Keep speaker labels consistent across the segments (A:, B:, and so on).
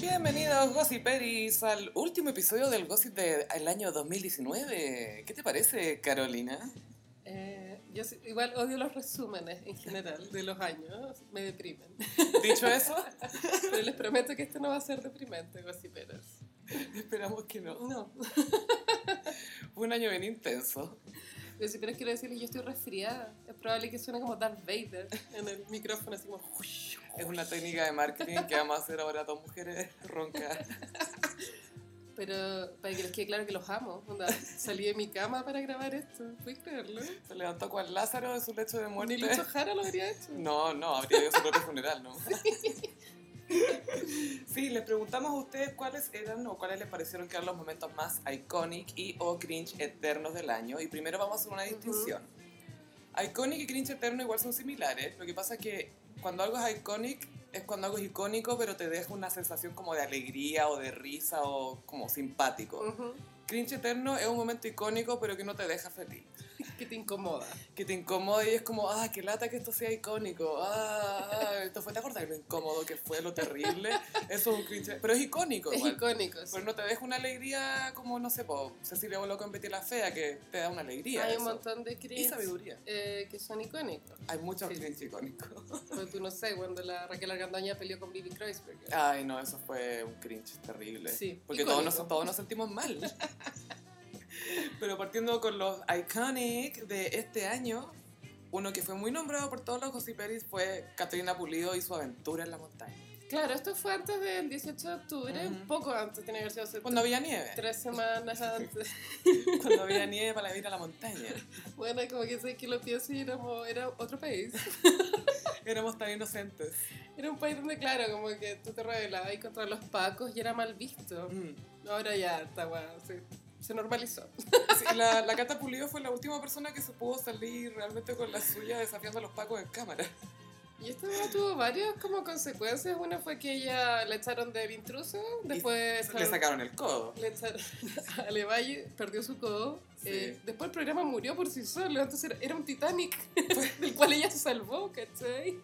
A: Bienvenidos, Gossiperis, al último episodio del Gossip del año 2019. ¿Qué te parece, Carolina?
B: Eh, yo sí- igual odio los resúmenes en general de los años, me deprimen.
A: Dicho eso,
B: Pero les prometo que este no va a ser deprimente, gossiperos.
A: esperamos que no.
B: No,
A: Fue un año bien intenso.
B: gossiperos quiero decirles, yo estoy resfriada. Es probable que suene como Darth Vader en el micrófono, así como... "Ush".
A: Es una técnica de marketing que vamos a hacer ahora dos mujeres roncas.
B: Pero para que les quede claro que los amo. onda, salí de mi cama para grabar esto, ¿puedes creerlo?
A: Se levantó con Lázaro de su lecho de
B: Ni
A: muerte.
B: Lucho Jara lo habría hecho.
A: No, no, habría ido a su propio funeral, ¿no? Sí, les preguntamos a ustedes cuáles eran o cuáles les parecieron que eran los momentos más iconic y o cringe eternos del año. Y primero vamos a hacer una distinción. Iconic y cringe eterno igual son similares. Lo que pasa es que cuando algo es iconic es cuando algo es icónico, pero te deja una sensación como de alegría o de risa o como simpático.
B: Ujú,
A: Cringe eterno es un momento icónico, pero que no te deja feliz
B: Que te incomoda.
A: que te incomoda y es como, ah, qué lata que esto sea icónico, ah, ah, esto fue, ¿te acordás lo incómodo que fue, lo terrible? Eso es un cringe, pero es icónico
B: Es
A: igual.
B: icónico. sí.
A: Pero no te deja una alegría como, no sé, po, Cecilia Boloco en Betty la Fea, que te da una alegría
B: Hay
A: eso.
B: un montón de
A: Y
B: cringe
A: sabiduría.
B: eh, que son icónicos.
A: Hay muchos
B: Sí.
A: cringe icónicos.
B: Porque tú no sé, cuando la Raquel Argandoña peleó con Billy Kreuzberger.
A: Ay, no, eso fue un cringe terrible.
B: Sí,
A: Porque
B: icónico.
A: todos nos, todos nos sentimos mal. Pero partiendo con los iconic de este año, uno que fue muy nombrado por todos los gossiperis fue Catalina Pulido y su aventura en la montaña.
B: Claro, esto fue antes del 18 de octubre,
A: Ujú.
B: un poco antes, tiene que haber sido hace
A: Cuando había nieve.
B: tres semanas antes.
A: Cuando había nieve para ir a la montaña.
B: bueno, como que sé que lo pienso y éramos, era otro país.
A: Éramos tan inocentes.
B: Era un país donde, claro, como que tú te rebelabas y contra los pacos y era mal visto.
A: Mm.
B: Ahora ya está guau, se, se normalizó.
A: Sí, la, la Cata Pulido fue la última persona que se pudo salir realmente con la suya desafiando a los pacos en cámara.
B: Y esto bueno, tuvo varias como consecuencias. Una fue que ella la echaron de intruso, después
A: Le
B: echaron-
A: sacaron el codo.
B: Le echaron a Levalle, perdió su codo.
A: Sí.
B: eh, después el programa murió por sí solo, entonces era, era un Titanic del cual ella se salvó, ¿cachai?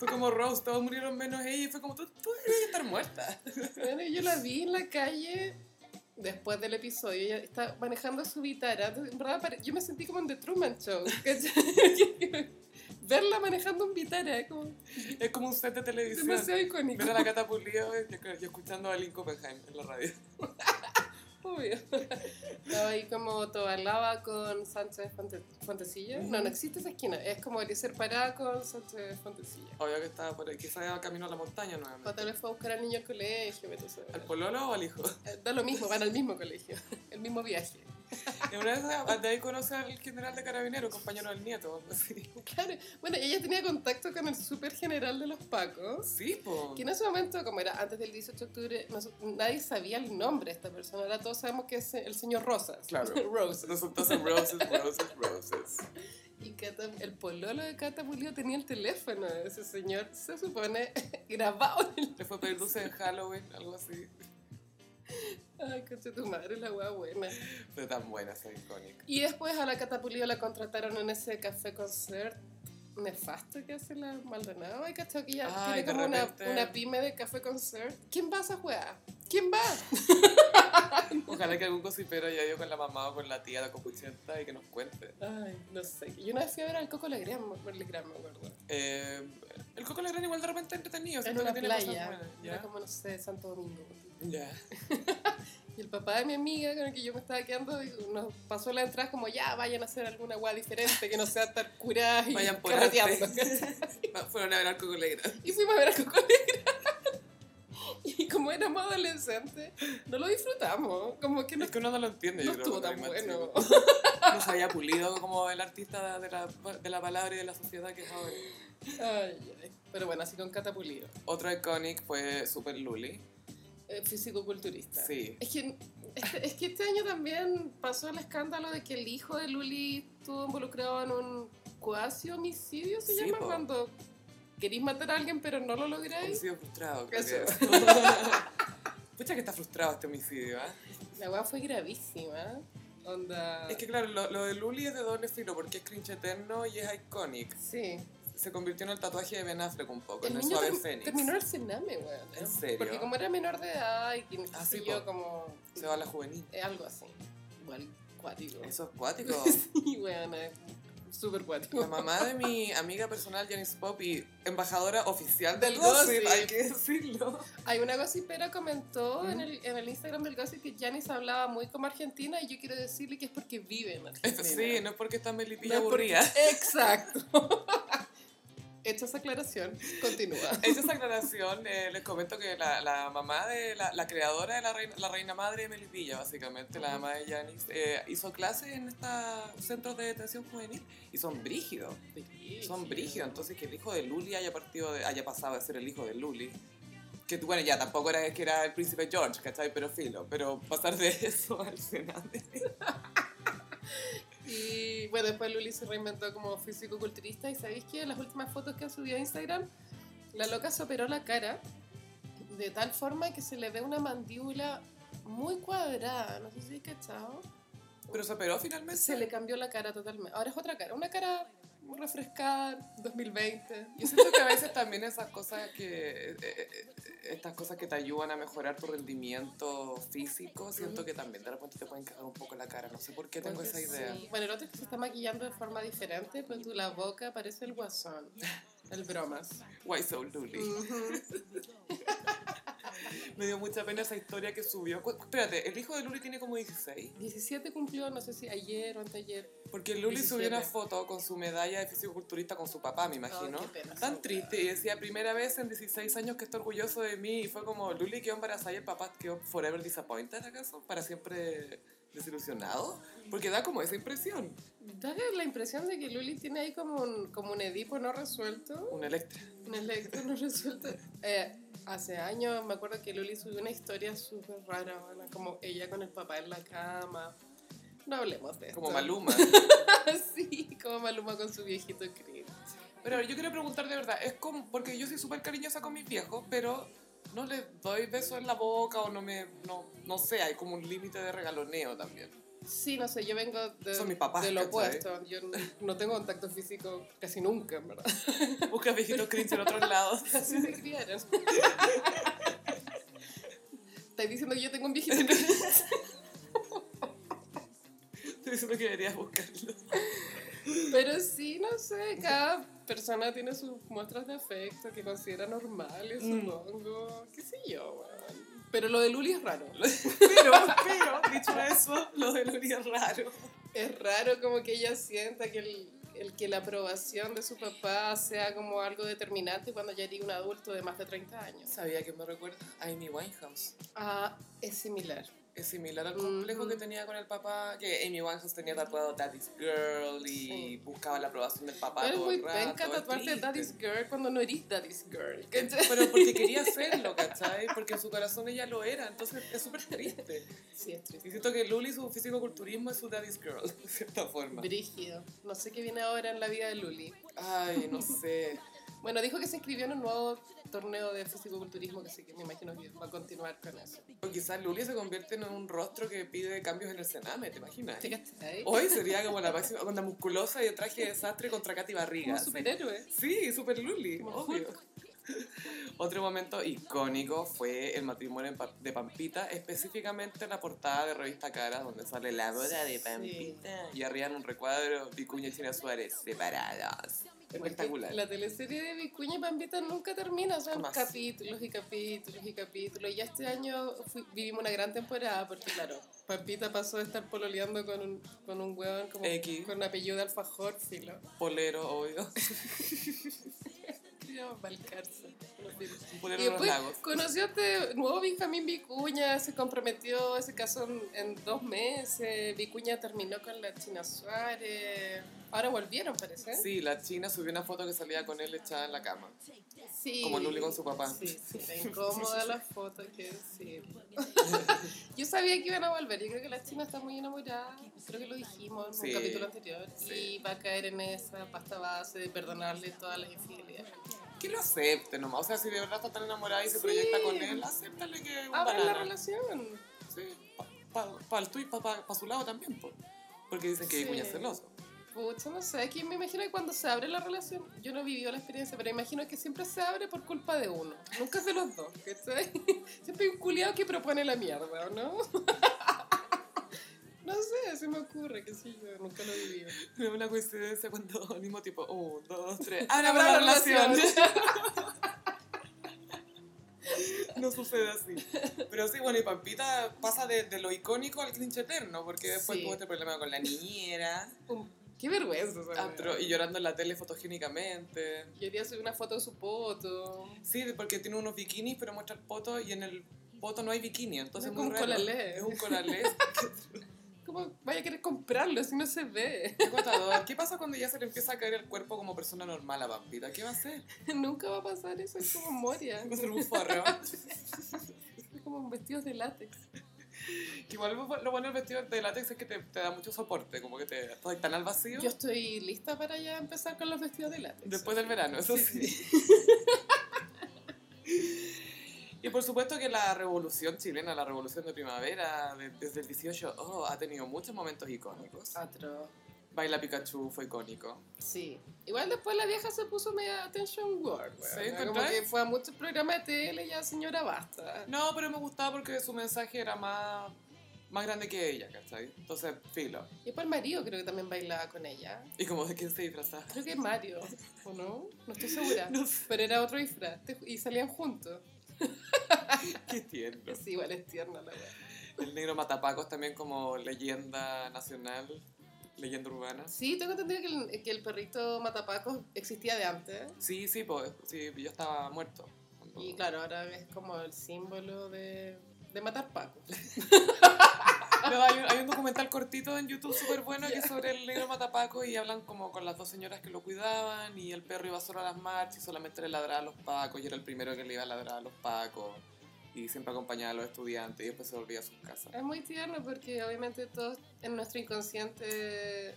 A: Fue como Rose, todos murieron menos ella y fue como tú, tú deberías estar muerta.
B: Bueno, yo la vi en la calle después del episodio, ella está manejando su guitarra. entonces, en verdad, pare- yo me sentí como en The Truman Show, ¿cachai? Verla manejando un guitarra, es como
A: Es como un set de televisión.
B: demasiado icónico,
A: Ver a la Cata Pulido y yo, yo escuchando a Lynn Copenhagen en la radio.
B: obvio. Estaba ahí como Tobalaba con Sánchez Fonte- Fontecilla. No, no existe esa esquina, es como Eliezer Pará con Sánchez Fontecilla.
A: Obvio que estaba por ahí, quizás camino a la montaña
B: O
A: nuevamente.
B: tal vez fue a buscar al niño al colegio, vete a saber.
A: ¿Al pololo o al hijo?
B: Eh, Da lo mismo, van al mismo colegio, el mismo viaje.
A: Y una vez de ahí conoce al general de carabinero, compañero del nieto. algo así.
B: Claro, bueno, ella tenía contacto con el super general de los Pacos,
A: Sí, po.
B: que en ese momento, como era antes del 18 de octubre, nos- nadie sabía el nombre de esta persona, ahora todos sabemos que es el señor Rosas.
A: Claro.
B: Rosas.
A: Nosotros en Roses, Roses, Roses.
B: Y Cata- el pololo de Cata Pulido tenía el teléfono de ese señor, se supone, grabado en el...
A: Le fue a pedir dulce en Halloween, algo así.
B: Ay, coche tu madre, la hueá buena.
A: Fue tan buena esa icónica.
B: Y después a la Catapulido la contrataron en ese café concert nefasto que hace la Maldonado. Ay, cachado que ya
A: Ay, de
B: tiene como una,
A: repente.
B: una pyme de café concert. ¿Quién va a esa juega? ¿Quién va?
A: Ojalá que algún cosipero haya ido con la mamá o con la tía de Copuchenta y que nos cuente.
B: Ay, no sé. Yo una vez fui a ver al Coco Legrand, por Legrand, me acuerdo.
A: Eh, el Coco Legrand igual de repente es entretenido.
B: En
A: siento
B: una
A: que tiene cosas
B: playa.
A: buenas,
B: Era
A: ¿Ya?
B: como, no sé, Santo Domingo.
A: Ya.
B: Y el papá de mi amiga con el que yo me estaba quedando dijo- nos pasó la entrada como ya vayan a hacer alguna guay diferente que no sea estar curada y
A: Vayan por
B: carreteando,
A: arte.
B: ¿cachai?
A: Fueron a ver al Coco Legrand.
B: Y fuimos a ver a Coco Legrand. Y como éramos adolescentes, no lo disfrutamos. Como que no,
A: Es que uno no lo entiende, yo
B: no
A: creo.
B: estuvo tan
A: cuando hay más
B: bueno.
A: chicos. No se había pulido como el artista de la, de la palabra y de la sociedad que es ahora.
B: Ay, ay. Pero bueno, así con Catapulido.
A: Otro iconic fue Super Luli.
B: eh, Físico-culturista.
A: Sí.
B: Es que, es, es que este año también pasó el escándalo de que el hijo de Luli estuvo involucrado en un cuasi homicidio, se
A: Sí,
B: llama,
A: po.
B: cuando querís matar a alguien pero no lo lográis.
A: Homicidio frustrado, creo que
B: Eso.
A: es. Pucha que está frustrado este homicidio, ¿ah?
B: La weá fue gravísima. Onda. Ah.
A: Es que claro, lo, lo de Luli es de doble filo porque es cringe eterno y es iconic.
B: Sí.
A: se convirtió en el tatuaje de Ben Affleck un poco,
B: El
A: en el
B: niño
A: suave
B: term-
A: fénix.
B: terminó el cename, weón.
A: ¿En serio?
B: Porque como era menor de edad y que
A: Ah, sí,
B: yo
A: po.
B: como...
A: Se va a la juvenil.
B: eh, algo así. Igual cuático.
A: Eso es cuático.
B: sí, weón, es súper cuático.
A: La mamá de mi amiga personal, Janice Poppy, embajadora oficial del
B: Del
A: gossip,
B: gossip.
A: hay que decirlo.
B: Hay una gossipera comentó
A: ¿Mm?
B: en, el, en el Instagram del gossip que Janice hablaba muy como argentina y yo quiero decirle que es porque vive en Argentina.
A: Sí, no es porque está
B: No
A: melipilla
B: es porque-
A: aburrida.
B: Exacto. Hecha esa aclaración, continúa.
A: Hecha esa aclaración, eh, les comento que la, la mamá de la, la creadora de la reina, la reina madre de Melipilla, básicamente, la mamá de Janice, eh, hizo clases en estos centros de detención juvenil y son brígidos. Son brígidos. Entonces, que el hijo de Luli haya, partido de- haya pasado a ser el hijo de Luli. Que bueno, ya tampoco era que era el príncipe George, ¿cachai? Pero filo. Pero pasar de eso al Senate.
B: Y bueno, después Luli se reinventó como físico-culturista y sabéis que las últimas fotos que ha subido a Instagram, la loca se operó la cara de tal forma que se le ve una mandíbula muy cuadrada, no sé si es cachado.
A: Pero se operó finalmente.
B: Se le cambió la cara totalmente. Ahora es otra cara, una cara refrescada, 2020.
A: Yo siento que a veces también esas cosas que eh, eh, estas cosas que te ayudan a mejorar tu rendimiento físico, siento que también de repente te pueden cagar un poco la cara. No sé por qué tengo
B: Porque
A: esa idea.
B: sí. Bueno, el otro es que se está maquillando de forma diferente, pero tú la boca parece el guasón, el bromas.
A: Why so luli?
B: Mm.
A: Me dio mucha pena esa historia que subió. Cu- Espérate, el hijo de Luli tiene como 16.
B: 17 cumplió, no sé si ayer o anteayer.
A: Porque Luli subió una
B: 17.
A: foto con su medalla de fisiculturista con su papá, me imagino.
B: Ay, qué pena,
A: Tan
B: sí.
A: triste, y decía, primera vez en 16 años que estoy orgulloso de mí, y fue como, Luli quedó embarazada y el papá quedó forever disappointed, ¿acaso? Para siempre desilusionado, porque da como esa impresión.
B: Da la impresión de que Luli tiene ahí como un, como un Edipo no resuelto,
A: Un Electra.
B: un Electro no resuelto. Eh, hace años me acuerdo que Luli subió una historia súper rara, bueno, como ella con el papá en la cama. No hablemos de esto.
A: como Maluma.
B: sí, como Maluma con su viejito cringe.
A: Pero yo quiero preguntar de verdad, es como, porque yo soy súper cariñosa con mis viejos, pero no les doy besos en la boca o no me, no, no sé, hay como un límite de regaloneo también.
B: Sí, no sé, yo vengo de,
A: Son mis papás,
B: de lo
A: ¿cachai?
B: opuesto. Yo n- no tengo contacto físico casi nunca, en verdad.
A: Buscas viejitos cringe en otros lados.
B: Así se criaron. Estáis diciendo que yo tengo un viejito.
A: Estoy diciendo que deberías buscarlo.
B: Pero sí, no sé, cada persona tiene sus muestras de afecto que considera normales,
A: Mm.
B: supongo. ¿Qué sé yo, weón. Pero lo de Luli es raro.
A: Pero, pero, dicho eso, lo de Luli es raro.
B: Es raro como que ella sienta que el, el que la aprobación de su papá sea como algo determinante cuando ya era un adulto de más de 30 años.
A: ¿Sabía que me recuerda? A Amy Winehouse.
B: Ah, es similar.
A: Es similar al complejo
B: Ujú.
A: que tenía con el papá, que Amy Winehouse tenía tatuado Daddy's Girl y
B: Sí.
A: buscaba la aprobación del papá
B: Eres
A: todo
B: muy
A: el rato.
B: penca
A: es
B: tatuarte
A: triste.
B: Daddy's Girl cuando no eres Daddy's Girl. ¿cachai?
A: Pero porque quería hacerlo, ¿cachai? Porque en su corazón ella lo era, entonces es súper triste.
B: Sí, es
A: Y
B: triste.
A: siento que Luli, su físico-culturismo, es su Daddy's Girl, de cierta forma.
B: Brígido. No sé qué viene ahora en la vida de Luli.
A: Ay, no sé.
B: Bueno, dijo que se inscribió en un nuevo torneo de fisicoculturismo, que sí que me imagino que va a continuar con eso.
A: O quizás Luli se convierte en un rostro que pide cambios en el cename, ¿te imaginas?
B: ¿Te cachai?
A: Hoy sería como la máxima, onda musculosa y el traje de desastre contra Katy Barriga.
B: Como superhéroe.
A: Sí, super Luli,
B: Como
A: obvio.
B: Hulk.
A: Otro momento icónico fue el matrimonio en Pa- de Pampita, específicamente la portada de Revista Cara, donde sale la boda de
B: Sí.
A: Pampita. Y arriba en un recuadro, Vicuña y China Suárez, separadas. Espectacular.
B: La teleserie de Vicuña y Pampita nunca termina, son
A: Jamás.
B: capítulos y capítulos y capítulos. Y ya este año fui- vivimos una gran temporada porque, claro, Pampita pasó de estar pololeando con un, con un hueón como
A: X.
B: con apellido de alfajor, filo.
A: Polero, obvio.
B: Quería balcarse.
A: Un polero
B: Y
A: en los
B: después
A: lagos.
B: conoció a este nuevo Benjamín Vicuña, se comprometió, se casó en, en dos meses, Vicuña terminó con la China Suárez, ahora volvieron parece.
A: Sí, la china subió una foto que salía con él echada en la cama.
B: Sí.
A: Como Luli con su papá.
B: Sí, sí, era incómoda la foto, hay que decir. yo sabía que iban a volver, yo creo que la China está muy enamorada, creo que lo dijimos en
A: Sí.
B: un capítulo anterior,
A: Sí.
B: y va a caer en esa pasta base de perdonarle todas las infidelidades.
A: Que lo acepte nomás. O sea, si de verdad está tan enamorada y se
B: Sí.
A: proyecta con él, acéptale que es un
B: Abran la
A: banana.
B: relación.
A: Sí, para pa, pa el tuyo y para pa, pa su lado también, po. porque dicen que
B: Sí.
A: Vicuña es celoso.
B: Pucha, no sé, aquí me imagino que cuando se abre la relación, yo no he vivido la experiencia, pero imagino que siempre se abre por culpa de uno, nunca es de los dos, ¿cachai? Siempre hay un culiado que propone la mierda, ¿o no? No sé, se me ocurre, qué sé yo, nunca lo he vivido.
A: Es una coincidencia cuando al mismo tiempo, un, dos, tres, ahora habrá la relación. No sucede así. Pero sí, bueno, y Pampita pasa de, de lo icónico al cringe eterno, porque después
B: Sí.
A: tuvo este problema con la niñera,
B: Un- Qué vergüenza, esa
A: ah,
B: weá.
A: pero- y llorando en la tele fotogénicamente.
B: Yo quería subir una foto de su poto.
A: Sí, porque tiene unos bikinis, pero muestra el poto y en el poto no hay bikini, entonces
B: Es
A: muy
B: un
A: raro.
B: colalé.
A: Es un colalé.
B: ¿Cómo vaya a querer comprarlo si no se ve?
A: Qué agotador. ¿Qué pasa cuando ya se le empieza a caer el cuerpo como persona normal a Pampita? ¿Qué va a hacer?
B: Nunca va a pasar eso, es como Moria.
A: Va a ser un forro.
B: Es como vestidos de látex.
A: Igual lo bueno del vestido de látex es que te, te da mucho soporte, como que te estás tan al vacío
B: Yo estoy lista para ya empezar con los vestidos de látex.
A: después del verano, eso sí. Y por supuesto que la revolución chilena, la revolución de primavera, de- desde el 18, oh, ha tenido muchos momentos icónicos.
B: Atro.
A: Baila Pikachu fue icónico.
B: Sí. Igual después la vieja se puso media attention world.
A: Sí,
B: weona. como
A: ¿encontrás?
B: que fue a muchos programas de tele y ya señora basta.
A: No, pero me gustaba porque su mensaje era más, más grande que ella, ¿cachai? Entonces, filo.
B: Y después el marido creo que también bailaba con ella.
A: ¿Y como de quién se disfrazaba?
B: Creo que Mario, ¿o no? No estoy segura.
A: No sé.
B: Pero era otro disfraz te- y salían juntos.
A: Qué tierno.
B: Sí, igual es tierna la weá.
A: El negro Matapacos también como leyenda nacional, leyenda urbana.
B: Sí, tengo entendido que el, que el perrito Matapacos existía de antes.
A: Sí, sí, pues, sí, yo estaba muerto. Oh.
B: Y claro, ahora es como el símbolo de, de matar Paco.
A: No, hay, un, hay un documental cortito en YouTube súper bueno que es sobre el negro Matapacos y hablan como con las dos señoras que lo cuidaban y el perro iba solo a las marchas y solamente le ladraba a los pacos y era el primero que le iba a ladrar a los pacos y siempre acompañaba a los estudiantes y después se volvía a sus casas.
B: Es muy tierno porque obviamente todos en nuestro inconsciente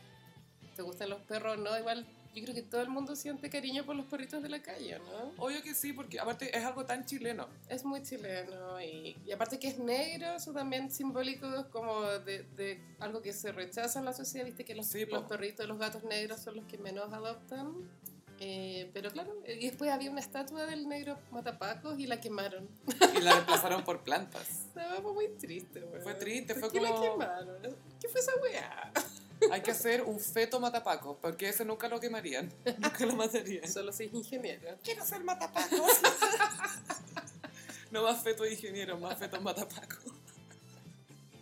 B: te gustan los perros, ¿no? Igual yo creo que todo el mundo siente cariño por los perritos de la calle, ¿no?
A: Obvio que sí, porque aparte es algo tan chileno.
B: Es muy chileno y, y aparte que es negro, eso también simbólico es como de, de algo que se rechaza en la sociedad, viste que los,
A: Sí, po.
B: los perritos, los gatos negros son los que menos adoptan. Eh, pero claro, y después había una estatua del negro Matapacos y la quemaron.
A: Y la reemplazaron por plantas.
B: Estaba muy triste, weón.
A: Fue triste,
B: ¿Por
A: fue
B: qué
A: como-
B: la quemaron? ¿Qué fue esa weá?
A: Hay que hacer un feto Matapacos, porque ese nunca lo quemarían, nunca lo matarían.
B: Solo seis ingenieros.
A: Quiero ser matapacos. no más feto ingeniero, más feto matapacos.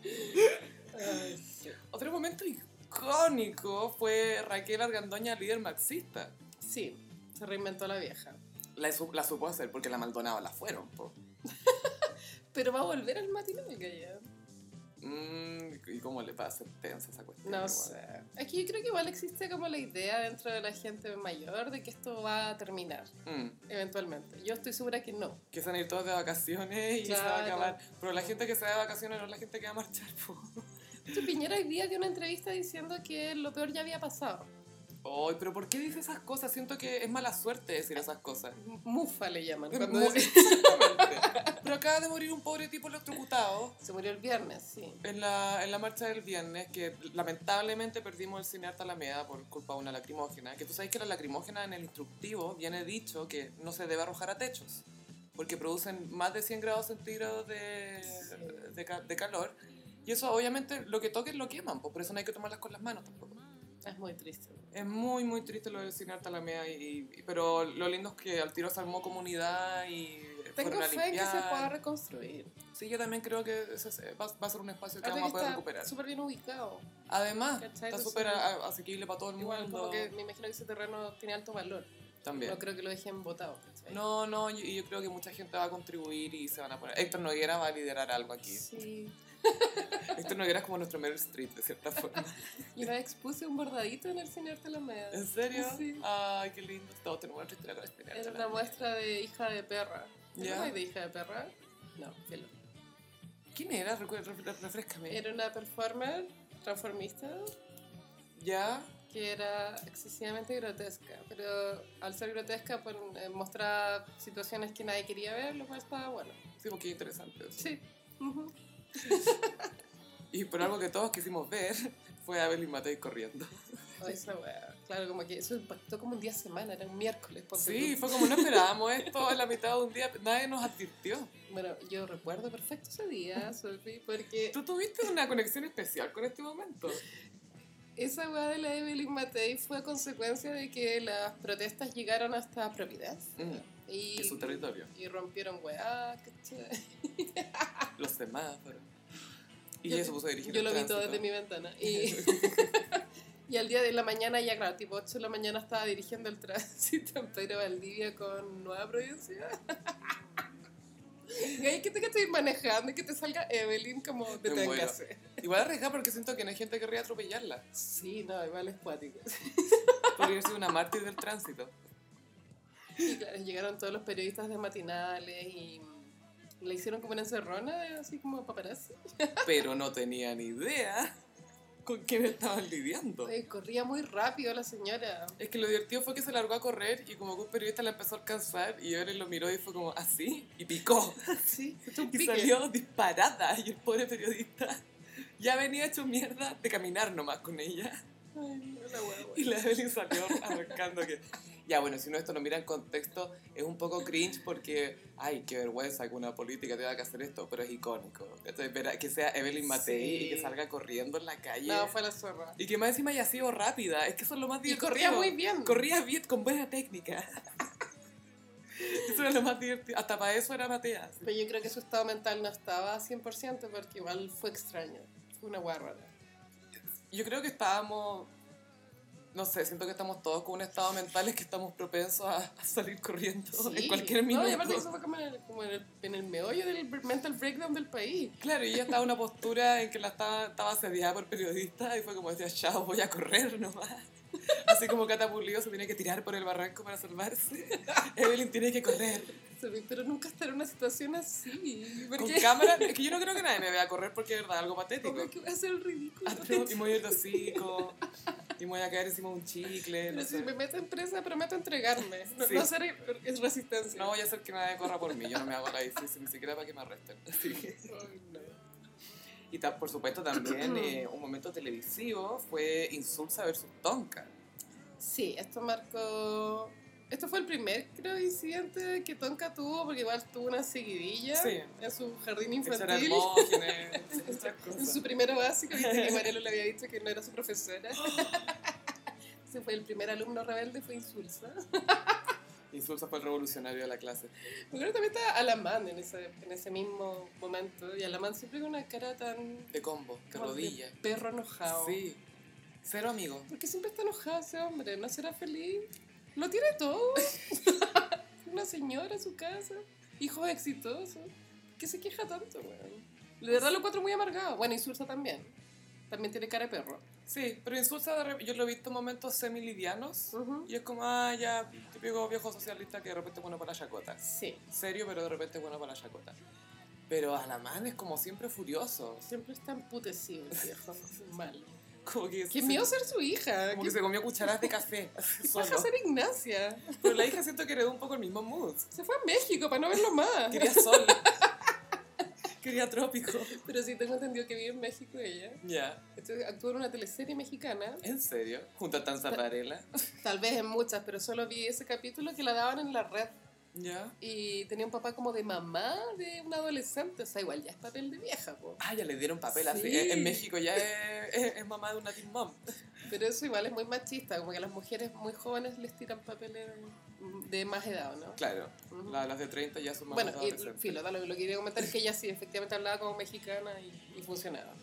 B: Ay, sí.
A: Otro momento icónico fue Raquel Argandoña, líder marxista.
B: Sí, se reinventó la vieja.
A: La, su- la supo hacer porque la Maldonado la fueron. po.
B: Pero va a volver al matinal, ya.
A: Mm, ¿Y cómo le va a ser tensa esa cuestión?
B: No
A: igual?
B: sé. Aquí yo creo que igual existe como la idea dentro de la gente mayor de que esto va a terminar
A: Mm,
B: eventualmente. Yo estoy segura que no.
A: Que se van a ir todos de vacaciones y se va a
B: Claro.
A: acabar. Pero la gente que se va de vacaciones no es la gente que va a marchar. po.
B: De hecho, Piñera hoy día dio una entrevista diciendo que lo peor ya había pasado.
A: Ay, pero ¿por qué dice esas cosas? Siento que es mala suerte decir esas cosas.
B: M- Mufa le llaman. Cuando
A: Muy- Exactamente. Pero acaba de morir un pobre tipo electrocutado
B: se murió el viernes, sí.
A: en la, en la marcha del viernes, que lamentablemente perdimos el cine Arta Alameda por culpa de una lacrimógena. Que tú sabes que la lacrimógena en el instructivo viene dicho que no se debe arrojar a techos, porque producen más de 100 grados centígrados de,
B: Sí.
A: de, ca- de calor. Y eso obviamente lo que toquen lo queman, pues por eso no hay que tomarlas con las manos tampoco.
B: Es muy triste.
A: Es muy, muy triste lo del cine Arta Alameda, y, y- pero lo lindo es que al tiro se armó comunidad y...
B: Tengo
A: fueron a
B: fe en que se
A: limpiar.
B: pueda reconstruir.
A: Sí, yo también creo que ese es- va, va a ser un espacio que vamos a
B: Aparte que
A: poder
B: está
A: recuperar.
B: súper bien ubicado.
A: Además,
B: ¿Cachai?
A: está
B: Entonces,
A: súper a- asequible para todo el
B: Igual,
A: mundo.
B: como que me imagino que ese terreno tiene alto valor.
A: También.
B: No creo que lo dejen botado. ¿cachai?
A: No, no, y yo, creo que mucha gente va a contribuir y se van a poner. Héctor Noguera va a liderar algo aquí.
B: Sí.
A: Héctor Noguera es como nuestro Meryl Streep, de cierta forma.
B: Y una vez puse un bordadito en el cine Arte Alameda.
A: ¿En serio? Ah,
B: Sí.
A: Ay, qué lindo. Todos tenemos nuestra historia con Espinal.
B: Era una muestra de hija de perra. ¿Te
A: Ya.
B: acuerdas de hija de perra? No, velo.
A: ¿Quién era? Recu- ref- Refrescame.
B: Era una performer transformista
A: ¿Ya?
B: que era excesivamente grotesca, pero al ser grotesca pues, eh, mostraba situaciones que nadie quería ver, lo cual estaba bueno.
A: Sí, porque interesante. eso.
B: Sí. Ujú.
A: Y por algo que todos quisimos ver fue a Evelyn Matei corriendo.
B: Oh, esa weá. Claro, como que eso impactó como un día a semana, era un miércoles. ponte
A: Sí,
B: tú.
A: fue como no esperábamos esto en la mitad de un día, nadie nos advirtió.
B: Bueno, yo recuerdo perfecto ese día, Sophie, porque
A: Tú tuviste una conexión especial con este momento.
B: esa weá de la Evelyn Matei fue a consecuencia de que las protestas llegaron hasta Providence.
A: Mm, que
B: Y,
A: es su territorio,
B: y rompieron weá, ¿cachai?
A: los semáforos. Y
B: Yo-
A: ella se puso a dirigir
B: Yo
A: el
B: lo vi todo
A: tránsito.
B: desde mi ventana. Y, y al día de la mañana, ya claro, tipo 8 de la mañana estaba dirigiendo el tránsito en Pedro Valdivia con Nueva Providencia. Y ahí que te que estoy manejando y que te salga Evelyn como
A: muero.
B: deténgase.
A: Igual arriesgada porque siento que no hay gente que querría atropellarla.
B: Sí, no, igual es cuático.
A: Podría ser una mártir del tránsito.
B: Y claro, llegaron todos los periodistas de matinales y le hicieron como una encerrona, así como paparazzi.
A: Pero no tenía ni idea con quién estaban lidiando.
B: Oye, Eh, corría muy rápido la señora.
A: Es que lo divertido fue que se largó a correr y como que un periodista la empezó a alcanzar y Evelyn lo miró y fue como así y picó.
B: Sí, fue un
A: Y
B: pique.
A: salió disparada y el pobre periodista ya venía hecho mierda de caminar nomás con ella.
B: Ay, no, la guagua.
A: Y la Evelyn salió arrancando que... Ya, bueno, si uno esto lo mira en contexto, es un poco cringe porque, ay, qué vergüenza que una política tenga que hacer esto, pero es icónico. Entonces, ver a- que sea Evelyn Matei
B: Sí.
A: y que salga corriendo en la calle.
B: No, fue la zorra.
A: Y que más encima haya sido rápida, es que eso es lo más
B: Y
A: divertido.
B: corría muy bien.
A: Corría bien, con buena técnica. Eso era lo más divertido. Hasta para eso era Matea.
B: Pero yo creo que su estado mental no estaba 100% porque igual fue extraño. Fue una guarrada.
A: Yo creo que estábamos, no sé, siento que estamos todos con un estado mental en que estamos propensos a, a salir corriendo en cualquier minuto.
B: No, y aparte que eso fue como en el, como en el, en el meollo del mental breakdown del país.
A: Claro, y ella estaba en una postura en que la estaba, estaba asediada por periodistas y fue como decía, chao, voy a correr nomás. Así como Catapulido se tiene que tirar por el barranco para salvarse. Evelyn tiene que correr.
B: Sophie, Pero nunca estar en una situación así.
A: Con
B: Porque
A: cámara. Es que yo no creo que nadie me vea correr porque es verdad algo patético.
B: como que voy a hacer el ridículo.
A: Ah, no, y me voy a ir de hocico, y me voy a caer encima de un chicle. No,
B: Pero si
A: sé.
B: me meto en presa, prometo entregarme. No,
A: Sí.
B: no hacer es resistencia.
A: No voy a hacer que nadie corra por mí, yo no me hago la difícil, ni siquiera para que me arresten. Así que-
B: Ay, no.
A: Y ta- por supuesto también eh, un momento televisivo fue Insulsa versus Tonka.
B: Sí, esto marcó... Esto fue el primer, creo, incidente que Tonka tuvo, porque igual tuvo una seguidilla
A: Sí.
B: en su jardín
A: Echar
B: infantil.
A: Hermógenes, esas
B: En
A: cosas.
B: su primero básico, viste que Marielo le había dicho que no era su profesora. Se fue el primer alumno rebelde, fue Insulsa.
A: Insulsa fue el revolucionario de la clase.
B: Me acuerdo también estaba Alamán en ese, en ese mismo momento. Y Alamán siempre con una cara tan.
A: De combo, de
B: como de
A: rodilla.
B: Perro enojado.
A: Sí. Cero amigo.
B: ¿Por qué siempre está enojado ese hombre? ¿No será feliz? Lo tiene todo. una señora en su casa. Hijos exitosos. ¿Por ¿Qué se queja tanto, weón?
A: Pues
B: De verdad lo encuentro muy amargado. Bueno, Insulsa también. También tiene cara de perro.
A: Sí, pero Insulsa de rep- yo lo he visto en momentos semilivianos. Y es como, ah, ya, típico viejo socialista que de repente pone para la chacota.
B: Sí.
A: serio, pero de repente es bueno para la chacota. Pero Alamán es como siempre furioso.
B: Siempre está emputecido el viejo, así, mal.
A: Como que, se,
B: Qué miedo ser su hija.
A: como
B: ¿Qué
A: que se comió cucharadas de café. así,
B: pasa
A: solo.
B: a ser Ignacia?
A: Pero la hija siento que heredó un poco el mismo mood.
B: Se fue a México para no verlo más.
A: Quería sol. Quería trópico.
B: Pero sí tengo entendido que vive en México ella.
A: Ya.
B: Entonces, Actuó en una teleserie mexicana.
A: ¿En serio? Junto a Tanza Varela.
B: Tal vez en muchas, pero solo vi ese capítulo que la daban en la red.
A: Ya.
B: Y tenía un papá como de mamá de un adolescente. O sea, igual ya es papel de vieja, po.
A: Ah, ya le dieron papel así.
B: Sí.
A: En en México ya es, es- es mamá de una teen mom.
B: Pero eso igual es muy machista. Como que a las mujeres muy jóvenes les tiran papeles de más edad, ¿no?
A: Claro.
B: Ujú.
A: la- las de 30 ya son mamás
B: Bueno,
A: de
B: y
A: adolescentes.
B: filo, da lo, lo que quería comentar es que ella sí, efectivamente hablaba como mexicana y, y funcionaba.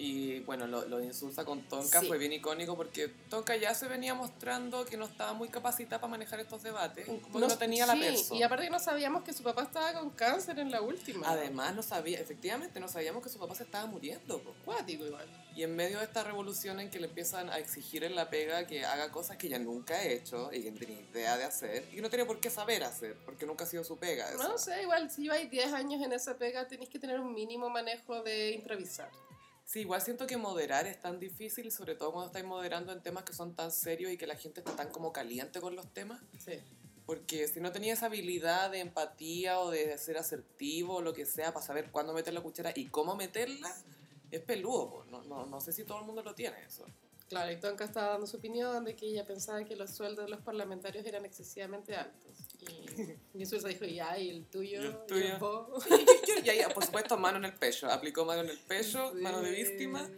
A: Y bueno, lo, lo de insulsa con Tonka
B: Sí.
A: fue bien icónico porque Tonka ya se venía mostrando que no estaba muy capacitada para manejar estos debates, como que no tenía la
B: sí,
A: perso.
B: Y aparte que no sabíamos que su papá estaba con cáncer en la última.
A: Además, no sabía, efectivamente, no sabíamos que su papá se estaba muriendo. po.
B: Cuático igual.
A: Y en medio de esta revolución en que le empiezan a exigir en la pega que haga cosas que ella nunca ha hecho y que no tenía idea de hacer y que no tenía por qué saber hacer, porque nunca ha sido su pega. eso.
B: No sé, igual si lleváis 10 años en esa pega tenéis que tener un mínimo manejo de improvisar.
A: Sí, igual siento que moderar es tan difícil, sobre todo cuando estáis moderando en temas que son tan serios y que la gente está tan como caliente con los temas.
B: Sí.
A: Porque si no tenía esa habilidad de empatía o de ser asertivo o lo que sea para saber cuándo meter la cuchara y cómo meterla, es peludo. po. No, no, no sé si todo el mundo lo tiene eso.
B: Claro, y Tonka estaba dando su opinión de que ella pensaba que los sueldos de los parlamentarios eran excesivamente altos. Y mi sueldo dijo, ya, y el tuyo,
A: Y el
B: y el
A: tuyo.
B: vos".
A: Y, y- y ahí, ah, por supuesto, mano en el pecho. Aplicó mano en el pecho, mano de
B: Sí.
A: víctima.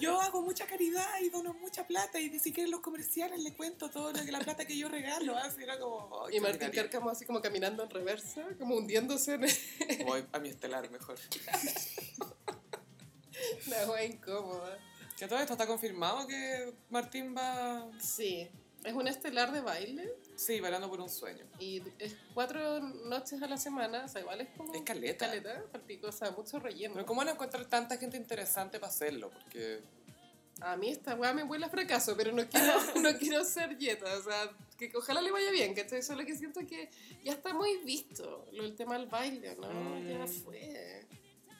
A: Yo hago mucha caridad y dono mucha plata y ni siquiera en los comerciales le cuento todo lo que la plata que yo regalo. Así era como... "Oh, ay,
B: Y Martín
A: ordinaria.
B: Cárcamo así como caminando en reversa, como hundiéndose en
A: Voy a mi estelar mejor.
B: la wea incómoda.
A: Que todo esto está confirmado que Martín va...
B: Sí, es un estelar de baile
A: Sí, bailando por un sueño.
B: y es cuatro noches a la semana, o sea, igual es como...
A: Es caleta.
B: Caleta, palpico, o sea, mucho relleno.
A: Pero ¿cómo van a encontrar tanta gente interesante para hacerlo? Porque...
B: A mí esta weá me huele a fracaso, pero no quiero, no quiero ser dieta, o sea, que ojalá le vaya bien, ¿cachai? Solo que siento que ya está muy visto lo, el tema del baile, ¿no?
A: Mm.
B: Ya fue.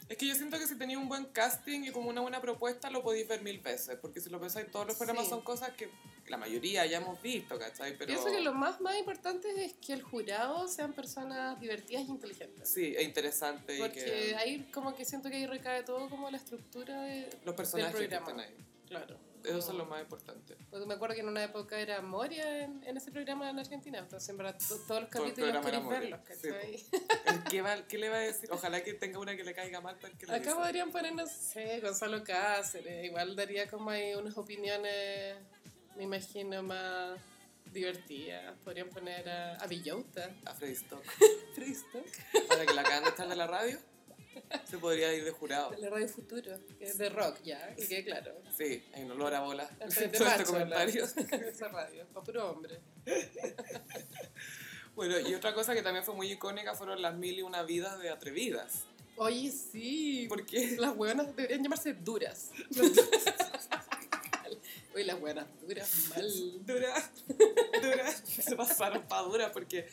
A: Es que yo siento que si tenía un buen casting y como una buena propuesta lo podéis ver mil veces, porque si lo pensáis todos los programas
B: Sí.
A: son cosas que la mayoría ya hemos visto, ¿cachai? Pero
B: Pienso que lo más, más importante es que el jurado sean personas divertidas e inteligentes.
A: sí, es interesante y
B: Porque
A: que
B: ahí como que siento que ahí recae todo como la estructura de...
A: los personajes
B: del
A: que están
B: programa. Oh.
A: ahí,
B: Claro.
A: eso
B: Como-
A: es lo más importante.
B: Porque me acuerdo que en una época era Moria en, en ese programa en Argentina, entonces en verdad to- todos los
A: Todo el
B: capítulos
A: programa era
B: queréis
A: Moria,
B: verlos,
A: sí,
B: ¿cachai?
A: Eh, ¿Qué, va- qué le va a decir? Ojalá que tenga una que le caiga mal para que le
B: Acá
A: dice.
B: podrían poner, no sé, Gonzalo Cáceres. Igual daría como ahí unas opiniones, me imagino, más divertidas. Podrían poner a, a Villota.
A: a Freddy Stock.
B: Triste.
A: Para que la acaban de echar de la radio, se podría ir de jurado.
B: La Radio Futuro, que es de rock ya, que quede claro.
A: Sí, en olor a bola. este
B: Al
A: Todos estos
B: frente macho, la-
A: comentarios.
B: Esa radio, para puro hombre.
A: Bueno, y otra cosa que también fue muy icónica fueron las mil y una vidas de atrevidas.
B: Oye, sí.
A: ¿Por qué?
B: Las buenas deberían llamarse duras. Oye, las buenas duras, mal.
A: Dura, dura, se pasaron para dura porque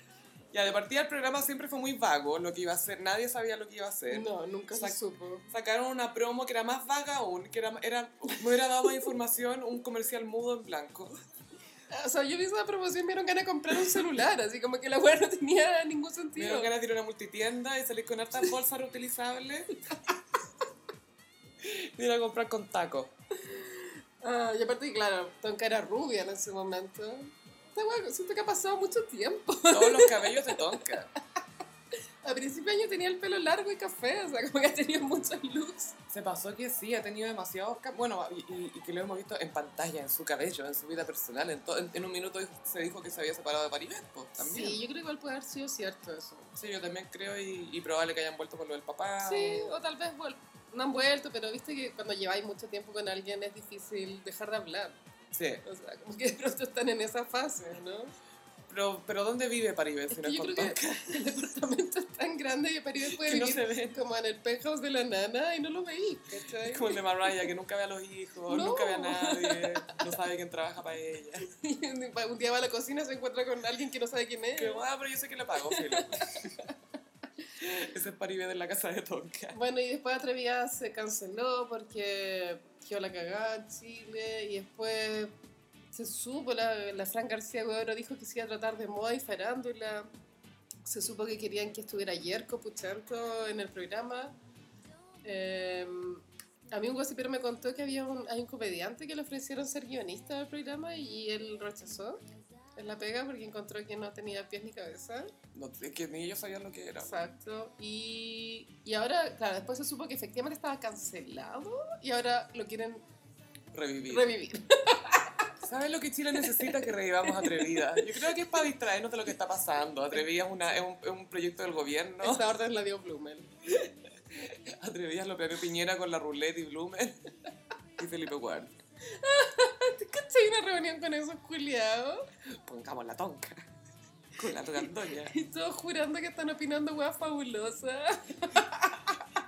A: ya de partida el programa siempre fue muy vago lo que iba a hacer, nadie sabía lo que iba a hacer.
B: No, nunca se
A: Sac-
B: supo.
A: Sacaron una promo que era más vaga aún, que era, era- me hubiera dado más información un comercial mudo en blanco.
B: O sea, yo vi esa promoción, me dieron ganas de comprar un celular, así como que la weá no tenía ningún
A: Me
B: sentido.
A: dieron ganas de ir a una multitienda y salir con hartas bolsas reutilizables. Y ir a comprar con taco.
B: Ah, y aparte, claro, Tonka era rubia en ese momento. Esta weá, siento que ha pasado mucho tiempo.
A: Todos los cabellos de Tonka.
B: A principio de año tenía el pelo largo y café, o sea, como que ha tenido muchos looks.
A: Se pasó que sí, ha tenido demasiados cap- Bueno, y, y- y que lo hemos visto en pantalla, en su cabello, en su vida personal. En, to- en- en un minuto se dijo que se había separado de Paribet, pues, también.
B: Sí,
A: Sí.
B: yo creo que igual puede haber sido cierto eso.
A: yo también creo y, y probable que hayan vuelto con lo del papá.
B: Sí,
A: o-
B: o tal vez vuel- no han vuelto, pero viste que cuando lleváis mucho tiempo con alguien es difícil dejar de hablar.
A: Sí.
B: O sea, como que de pronto están en esa fase, ¿no?
A: Pero, pero ¿dónde vive Paribet?
B: Es
A: si
B: que
A: no es
B: yo
A: con
B: creo que
A: Tonka?
B: el departamento es tan grande que Paribet puede
A: Que no
B: vivir
A: se ve.
B: como en el penthouse de la nana y no lo veí, ¿cachai?
A: Es como el de Mariah, que nunca ve a los hijos,
B: No.
A: nunca ve a nadie, no sabe quién trabaja para ella.
B: Y un día va a la cocina se encuentra con alguien que no sabe quién es.
A: Que, ah, pero yo sé que le pago, filo. Ese es Paribet en la casa de Tonka.
B: Bueno, y después Atrevida se canceló porque yo la cagaba en Chile y después se supo, la, la Fran García Guevara dijo que se iba a tratar de moda y farándula. Se supo que querían que estuviera Yerko Puchanto en el programa. Eh, a mí un gossipero me contó que había un, hay un comediante que le ofrecieron ser guionista del programa y él rechazó en la pega porque encontró que no tenía pies ni cabeza.
A: No, es que ni ellos sabían lo que era.
B: Exacto. Y, y ahora, claro, después se supo que efectivamente estaba cancelado y ahora lo quieren
A: Revivir.
B: revivir.
A: ¿Sabes lo que Chile necesita? Que revivamos Atrevida. Yo creo que es para distraernos de lo que está pasando. Atrevida es, una, es, un, es un proyecto del gobierno.
B: Esta orden la dio Blumel.
A: Atrevida lo planeó Piñera con la ruleta y Blumen y Felipe Ward.
B: ¿Cachai una reunión con esos culiados?
A: Pongamos la tonca con la gandoña.
B: Y todos jurando que están opinando weas fabulosas.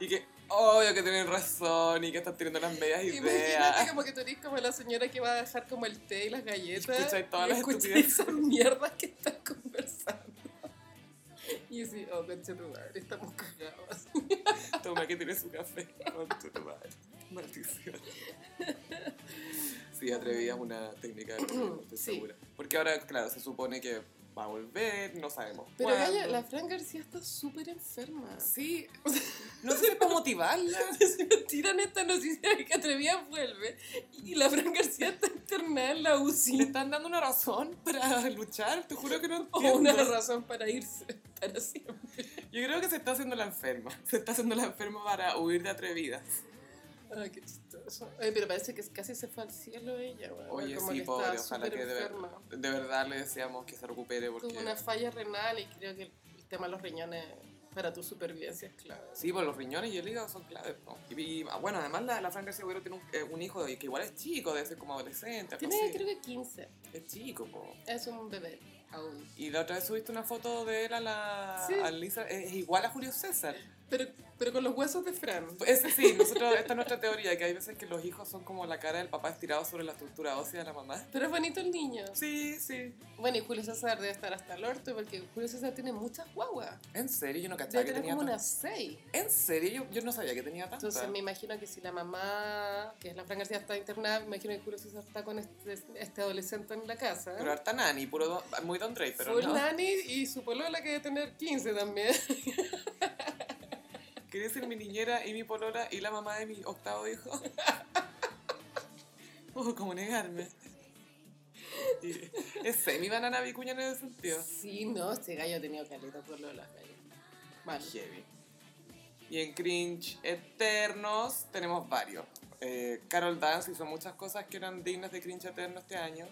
A: Y que, obvio que tienen razón y que están teniendo las medias
B: Imagínate
A: ideas.
B: como que tú eres como la señora que va a dejar como el té y las galletas.
A: Y escucháis todas las
B: escucháis
A: estupideces.
B: esas mierdas que están conversando. Y sí, oh, concha tu madre, estamos cagados.
A: Toma que tiene su café. Concha tu madre. Maldición. Sí, Atrevida es una técnica de gobierno, estoy
B: Sí.
A: segura. Porque ahora, claro, se supone que va a volver, no sabemos.
B: Pero
A: cuándo.
B: Gaya, la Fran García está súper enferma.
A: Sí, no sé si es para motivarla.
B: Tiran esta noticia de que Atrevía vuelve y la Fran García está internada en la
A: Le
B: UCI.
A: están dando una razón para luchar, te juro que no
B: O
A: entiendo.
B: una razón para irse para siempre.
A: Yo creo que se está haciendo la enferma. Se está haciendo la enferma para huir de atrevida.
B: Ay, Ah, qué chistoso. Ay, pero parece que casi se fue al cielo ella, weón.
A: Oye,
B: Como
A: sí,
B: que
A: pobre,
B: está
A: ojalá
B: súper
A: que de ver-
B: enferma.
A: De verdad le deseamos que se recupere porque...
B: Tuvo una falla renal y creo que el tema de los riñones para tu supervivencia es clave.
A: Sí, pues los riñones y el hígado son claves. po. Y, y, ah, bueno, además la, la Fran García Agüero tiene un, eh, un hijo de- que igual es chico, debe ser como adolescente. algo
B: Tiene
A: así.
B: creo que 15.
A: Es chico, po.
B: Es un bebé aún.
A: Y la otra vez subiste una foto de él a la
B: Sí.
A: a Lisa, es es igual a Julio César.
B: Pero, pero con los huesos de Fran.
A: Pues, sí, nosotros, esta es nuestra teoría, que hay veces que los hijos son como la cara del papá estirado sobre la estructura ósea de la mamá.
B: Pero es bonito el niño.
A: Sí, sí.
B: Bueno, y Julio César debe estar hasta el orto porque Julio César tiene muchas guaguas.
A: En serio, yo no cachaba
B: Debe
A: que
B: tener
A: tenía
B: como
A: tan-
B: unas seis.
A: En serio, yo, yo no sabía que tenía tantas.
B: Entonces me imagino que si la mamá, que es la Fran García, está internada, me imagino que Julio César está con este, este adolescente en la casa.
A: Pero harta nani, puro don- muy Don Drake, pero
B: Full
A: no.
B: nanny y su polola que debe tener 15 también.
A: Quería ser mi niñera y mi polola y la mamá de mi octavo hijo. Puedo como negarme. Y Es semi banana vicuña en ese sentido.
B: Sí, no, este gallo ha tenido caleta por lo de las gallas. Mal.
A: Heavy. Y en cringe eternos tenemos varios. Eh, Carol Dance hizo muchas cosas que eran dignas de cringe eterno este año,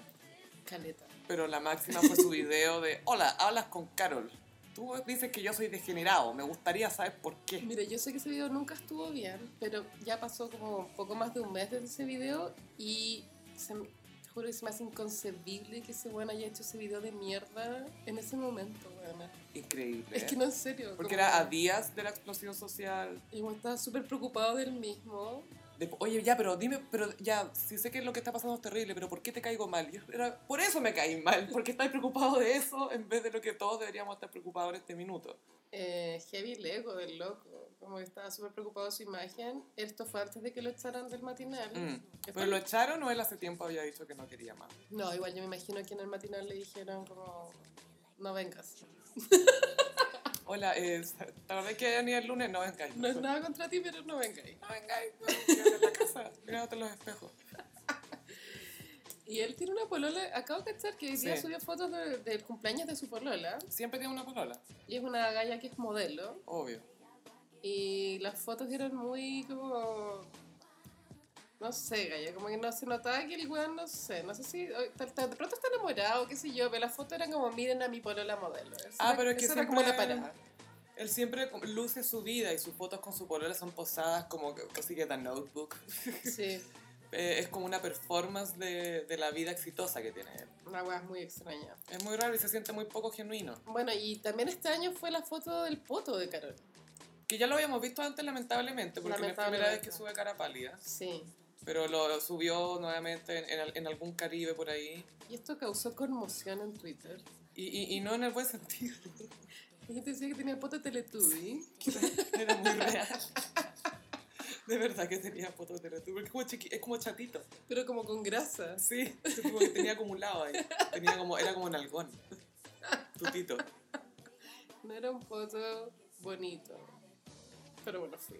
B: Caleta.
A: pero la máxima fue su video de Hola, hablas con Carol. Tú dices que yo soy degenerado, me gustaría saber por qué.
B: Mira, yo sé que ese video nunca estuvo bien, pero ya pasó como poco más de un mes desde ese video y se me- te juro que es más inconcebible que ese weón haya hecho ese video de mierda en ese momento, weón.
A: Increíble. ¿eh?
B: Es que no, en serio.
A: Porque
B: como-
A: era a días de la explosión social,
B: Y bueno, estaba súper preocupado del mismo.
A: De- Oye, ya, pero dime, pero ya, si sé que lo que está pasando es terrible, pero ¿por qué te caigo mal? Yo era- por eso me caí mal, porque estás preocupado de eso en vez de lo que todos deberíamos estar preocupados en este minuto.
B: Eh, heavy Lego del loco. Como que estaba súper preocupado de su imagen. Esto fue antes de que lo echaran del matinal.
A: Mm.
B: Después-
A: Pero lo echaron o él hace tiempo había dicho que no quería más.
B: No, igual yo me imagino que en el matinal le dijeron como, no vengas.
A: Hola, es, la verdad es que ya ni el lunes no vengáis.
B: No es nada contra ti, pero no vengáis.
A: No vengáis, no, quédate en la casa, mirándote en los espejos.
B: Y él tiene una polola, acabo de cachar que hoy día
A: Sí.
B: subió fotos de- del cumpleaños de su polola.
A: Siempre tiene una polola,
B: Y es una galla que es modelo.
A: obvio.
B: Y las fotos eran muy como... No sé, galla, como que no se notaba que el weón, no sé, no sé si... o- tal- tal- De pronto está enamorado, qué sé yo, pero las fotos eran como, miren a mi polola modelo. Eso
A: Ah,
B: era-
A: pero es que
B: eso era como la
A: siempre-
B: parada.
A: Él siempre como- luce su vida y sus fotos con su polola son posadas como que- casi que The Notebook.
B: Sí,
A: Eh, es como una performance de, de la vida exitosa que tiene él.
B: una weá muy extraña.
A: Es muy raro y se siente muy poco genuino.
B: Bueno, y también este año fue la foto del poto de Carol.
A: Que ya lo habíamos visto antes, lamentablemente, porque no es la primera vez
B: Lamentablemente.
A: que sube cara pálida.
B: Sí.
A: Pero lo subió nuevamente en, en al- en algún Caribe por ahí.
B: Y esto causó conmoción en Twitter.
A: Y, y- y no en el buen sentido.
B: La gente decía que tenía foto de Teletubby.
A: Era muy real. De verdad que tenía fotos de tú. Porque es como, chiqui- es como chatito.
B: pero como con grasa.
A: Sí, es como que tenía acumulado ahí. Tenía como, era como un algón. Tutito.
B: No era un poto bonito. Pero bueno, fui.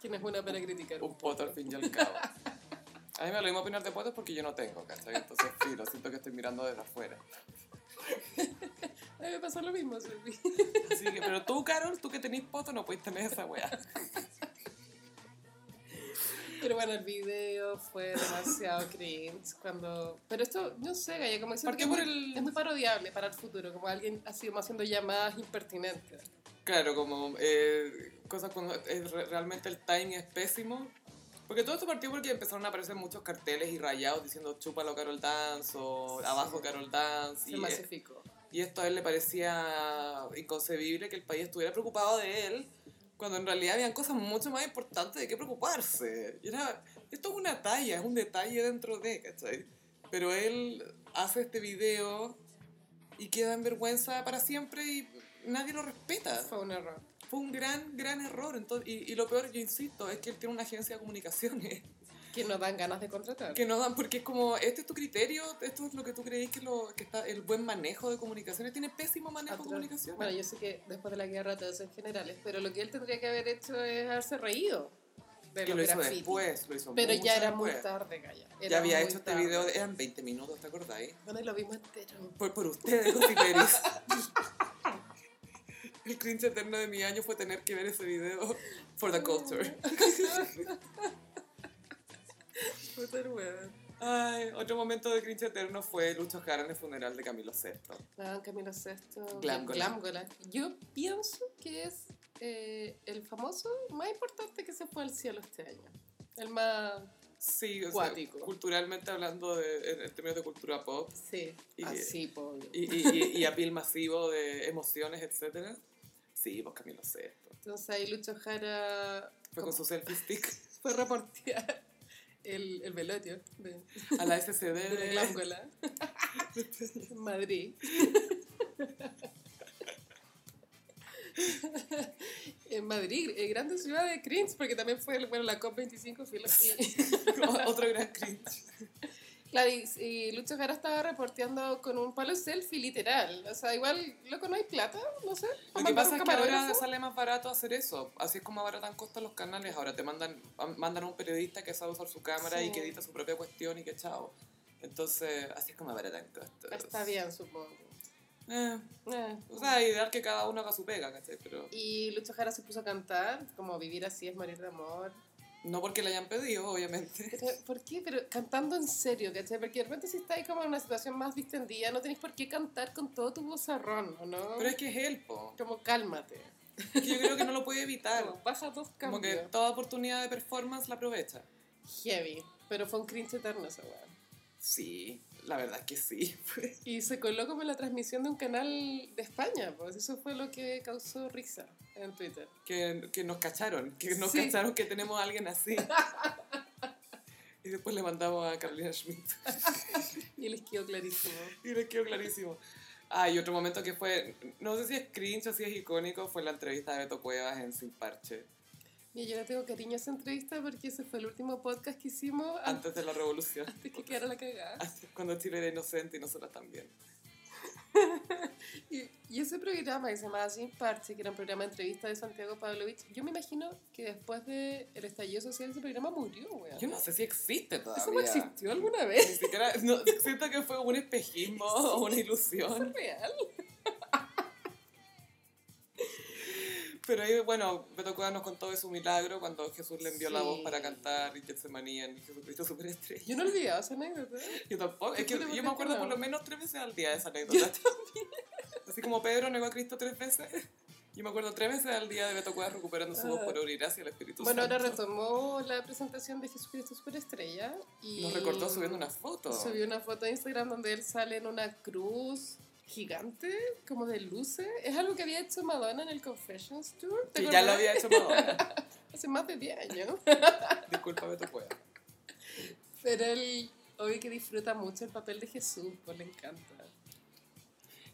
B: ¿Quién es buena para criticar?
A: Un poto al fin y al cabo. A mí me lo mismo opinar de potos porque yo no tengo, ¿cachai? Entonces, sí, lo siento que estoy mirando desde afuera.
B: A mí me pasó lo mismo, Sophie.
A: Así que, pero tú, Carol, tú que tenés poto, no puedes tener esa weá.
B: Pero bueno, el video fue demasiado cringe cuando... Pero esto, no sé, Gaya, como siento
A: Partió
B: que
A: por
B: es muy-
A: el-
B: es muy parodiable para el futuro. Como alguien ha sido haciendo llamadas impertinentes.
A: Claro, como eh, cosas cuando es re- realmente el timing es pésimo. Porque todo esto partió porque empezaron a aparecer muchos carteles y rayados diciendo chúpalo Carol Dance o
B: Sí.
A: abajo Carol Dance.
B: Se
A: Y, eh,
B: masificó.
A: y esto a él le parecía inconcebible que el país estuviera preocupado de él cuando en realidad habían cosas mucho más importantes de qué preocuparse. Y era, esto es una talla, es un detalle dentro de, ¿cachai? Pero él hace este video y queda en vergüenza para siempre y nadie lo respeta.
B: Fue un error.
A: Fue un gran, gran error. Entonces, y, y lo peor, yo insisto, es que él tiene una agencia de comunicaciones.
B: que no dan ganas de contratar.
A: Que no dan, porque es como, este es tu criterio, esto es lo que tú creís que, lo, que está el buen manejo de comunicaciones. Tiene pésimo manejo de
B: Atroz.
A: comunicaciones.
B: Bueno, yo sé que después de la guerra todos en generales, pero lo que él tendría que haber hecho es haberse reído de
A: que
B: los
A: lo hizo
B: grafitis.
A: después, lo hizo
B: Pero
A: mucho
B: ya era muy
A: después.
B: tarde, Gaya. Era
A: Ya había
B: muy
A: hecho este
B: tarde.
A: video, eran 20 minutos, ¿te acordáis?
B: Bueno, y lo vimos entero.
A: Por, por ustedes, cocineris. El cringe eterno de mi año fue tener que ver ese video for the culture.
B: Puta hueva.
A: Ay, otro momento de cringe eterno fue Lucho Jara en el funeral de Camilo VI.
B: Claro, Camilo Sexto.
A: Glamgola.
B: Yo pienso que es eh, el famoso más importante que se fue al cielo este año. El más...
A: Sí, o
B: Cuático.
A: sea, culturalmente hablando, de, en, en términos de cultura pop
B: Sí.
A: Y-
B: así, pobre.
A: y, y, y, y apil masivo de emociones, etc. Sí, pues Camilo VI.
B: Entonces ahí Lucho Jara
A: Fue
B: como-
A: con su selfie stick
B: fue a reportear el, el velorio de,
A: a la SCD
B: de la
A: de,
B: Glángola en Madrid. en Madrid, eh, grande ciudad de cringe, porque también fue bueno, la COP25. filo, y-
A: otro gran cringe.
B: Claro, y, y Lucho Jara estaba reporteando con un palo selfie, literal. O sea, igual, loco, no hay plata, no sé.
A: Lo que pasa es que ahora sale más barato hacer eso. Así es como abaratan costos los canales. Ahora te mandan mandan a un periodista que sabe usar su cámara
B: Sí.
A: y que edita su propia cuestión y que chao. Entonces, así es como abaratan costos.
B: Está bien, supongo.
A: Eh,
B: Eh.
A: o sea, ideal que cada uno haga su pega, ¿cachai? Pero
B: Y Lucho Jara se puso a cantar, como vivir así es morir de amor.
A: no porque le hayan pedido, obviamente.
B: Pero, ¿Por qué? Pero cantando en serio, ¿cachai? Porque de repente si estáis como en una situación más distendida, no tenéis por qué cantar con todo tu vozarrón, ¿o ¿no?
A: Pero es que es él, po.
B: Como cálmate.
A: Es que yo creo que no lo puede evitar.
B: Como baja dos
A: Como que
B: cambios.
A: toda oportunidad de performance la aprovecha.
B: Heavy. Pero fue un cringe eterno esa weá.
A: Sí, la verdad es que sí.
B: Y se coló como en la transmisión de un canal de España, pues eso fue lo que causó risa en Twitter.
A: Que, que nos cacharon, que nos
B: Sí.
A: cacharon que tenemos a alguien así. y después le mandamos a Carolina Schmidt.
B: Y les quedó clarísimo.
A: Y les quedó clarísimo. Ah, y otro momento que fue, no sé si es cringe o si es icónico, fue la entrevista de Beto Cuevas en Sin Parche,
B: Y yo le tengo cariño a esa entrevista porque ese fue el último podcast que hicimos antes
A: antes de la revolución,
B: de que quedara la cagada.
A: cuando Chile era inocente y nosotras también.
B: Y, y ese programa que se llamaba Sin Parche, que era un programa de entrevista de Santiago Pavlovich, yo me imagino que después del el estallido social ese programa murió, weón.
A: Yo no sé si existe todavía.
B: ¿Eso no existió alguna
A: Ni
B: vez?
A: siquiera, no, siento que fue un espejismo o una ilusión.
B: ¿Es real?
A: Pero ahí, bueno, Beto Cuevas nos contó de su milagro cuando Jesús le envió la
B: Sí.
A: voz para cantar y Getsemanía en Jesucristo Superestrella.
B: Yo no he olvidado esa anécdota.
A: Yo tampoco, es que
B: Pero
A: yo
B: ¿por
A: me
B: qué
A: acuerdo
B: no?
A: por lo menos tres veces al día de esa anécdota. Así como Pedro negó a Cristo tres veces, yo me acuerdo tres veces al día de Beto Cuevas recuperando su voz por orir hacia el Espíritu
B: Bueno,
A: Santo.
B: ahora retomó la presentación de Jesucristo Superestrella y...
A: Nos recordó subiendo una foto.
B: Subió una foto de Instagram donde él sale en una cruz gigante, como de luces. Es algo que había hecho Madonna en el Confessions Tour. ¿te
A: Que ya lo
B: acordás?
A: había hecho Madonna.
B: Hace más de 10 años.
A: Disculpa, Beto Cuevas.
B: Pero él, obvio que disfruta mucho el papel de Jesús, pues le encanta.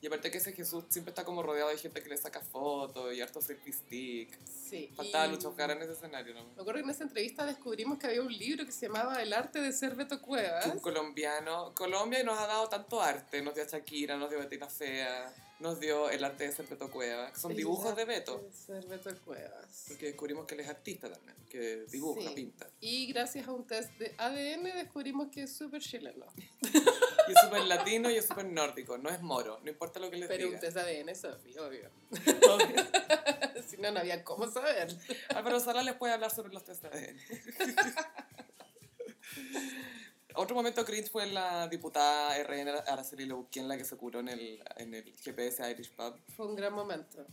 A: Y aparte que ese Jesús siempre está como rodeado de gente que le saca fotos y harto selfie stick.
B: Sí.
A: Faltaba
B: y-
A: Lucho Jara en ese escenario, ¿no?
B: Me acuerdo que en esa entrevista descubrimos que había un libro que se llamaba El arte de ser Beto
A: que un
B: Cuevas.
A: colombiano. Colombia nos ha dado tanto arte. Nos dio a Shakira, nos dio Bettina Fea, nos dio el arte de ser Beto Cueva, que son
B: El
A: dibujos de
B: arte
A: Beto.
B: de ser Beto Cuevas.
A: Porque descubrimos que él es artista también, que dibuja,
B: Sí.
A: pinta.
B: Y gracias a un test de ADN descubrimos que es súper chileno.
A: Y es súper latino y es súper nórdico. No es moro, no importa lo que les
B: Pero un
A: diga.
B: test de ADN, Sofi, obvio. si no, no había cómo saber.
A: Álvaro Sala Ah, les puede hablar sobre los test de ADN. Otro momento cringe fue la diputada RN Araceli Leuquén, la que se curó en el, en el GPS Irish Pub.
B: Fue un gran momento.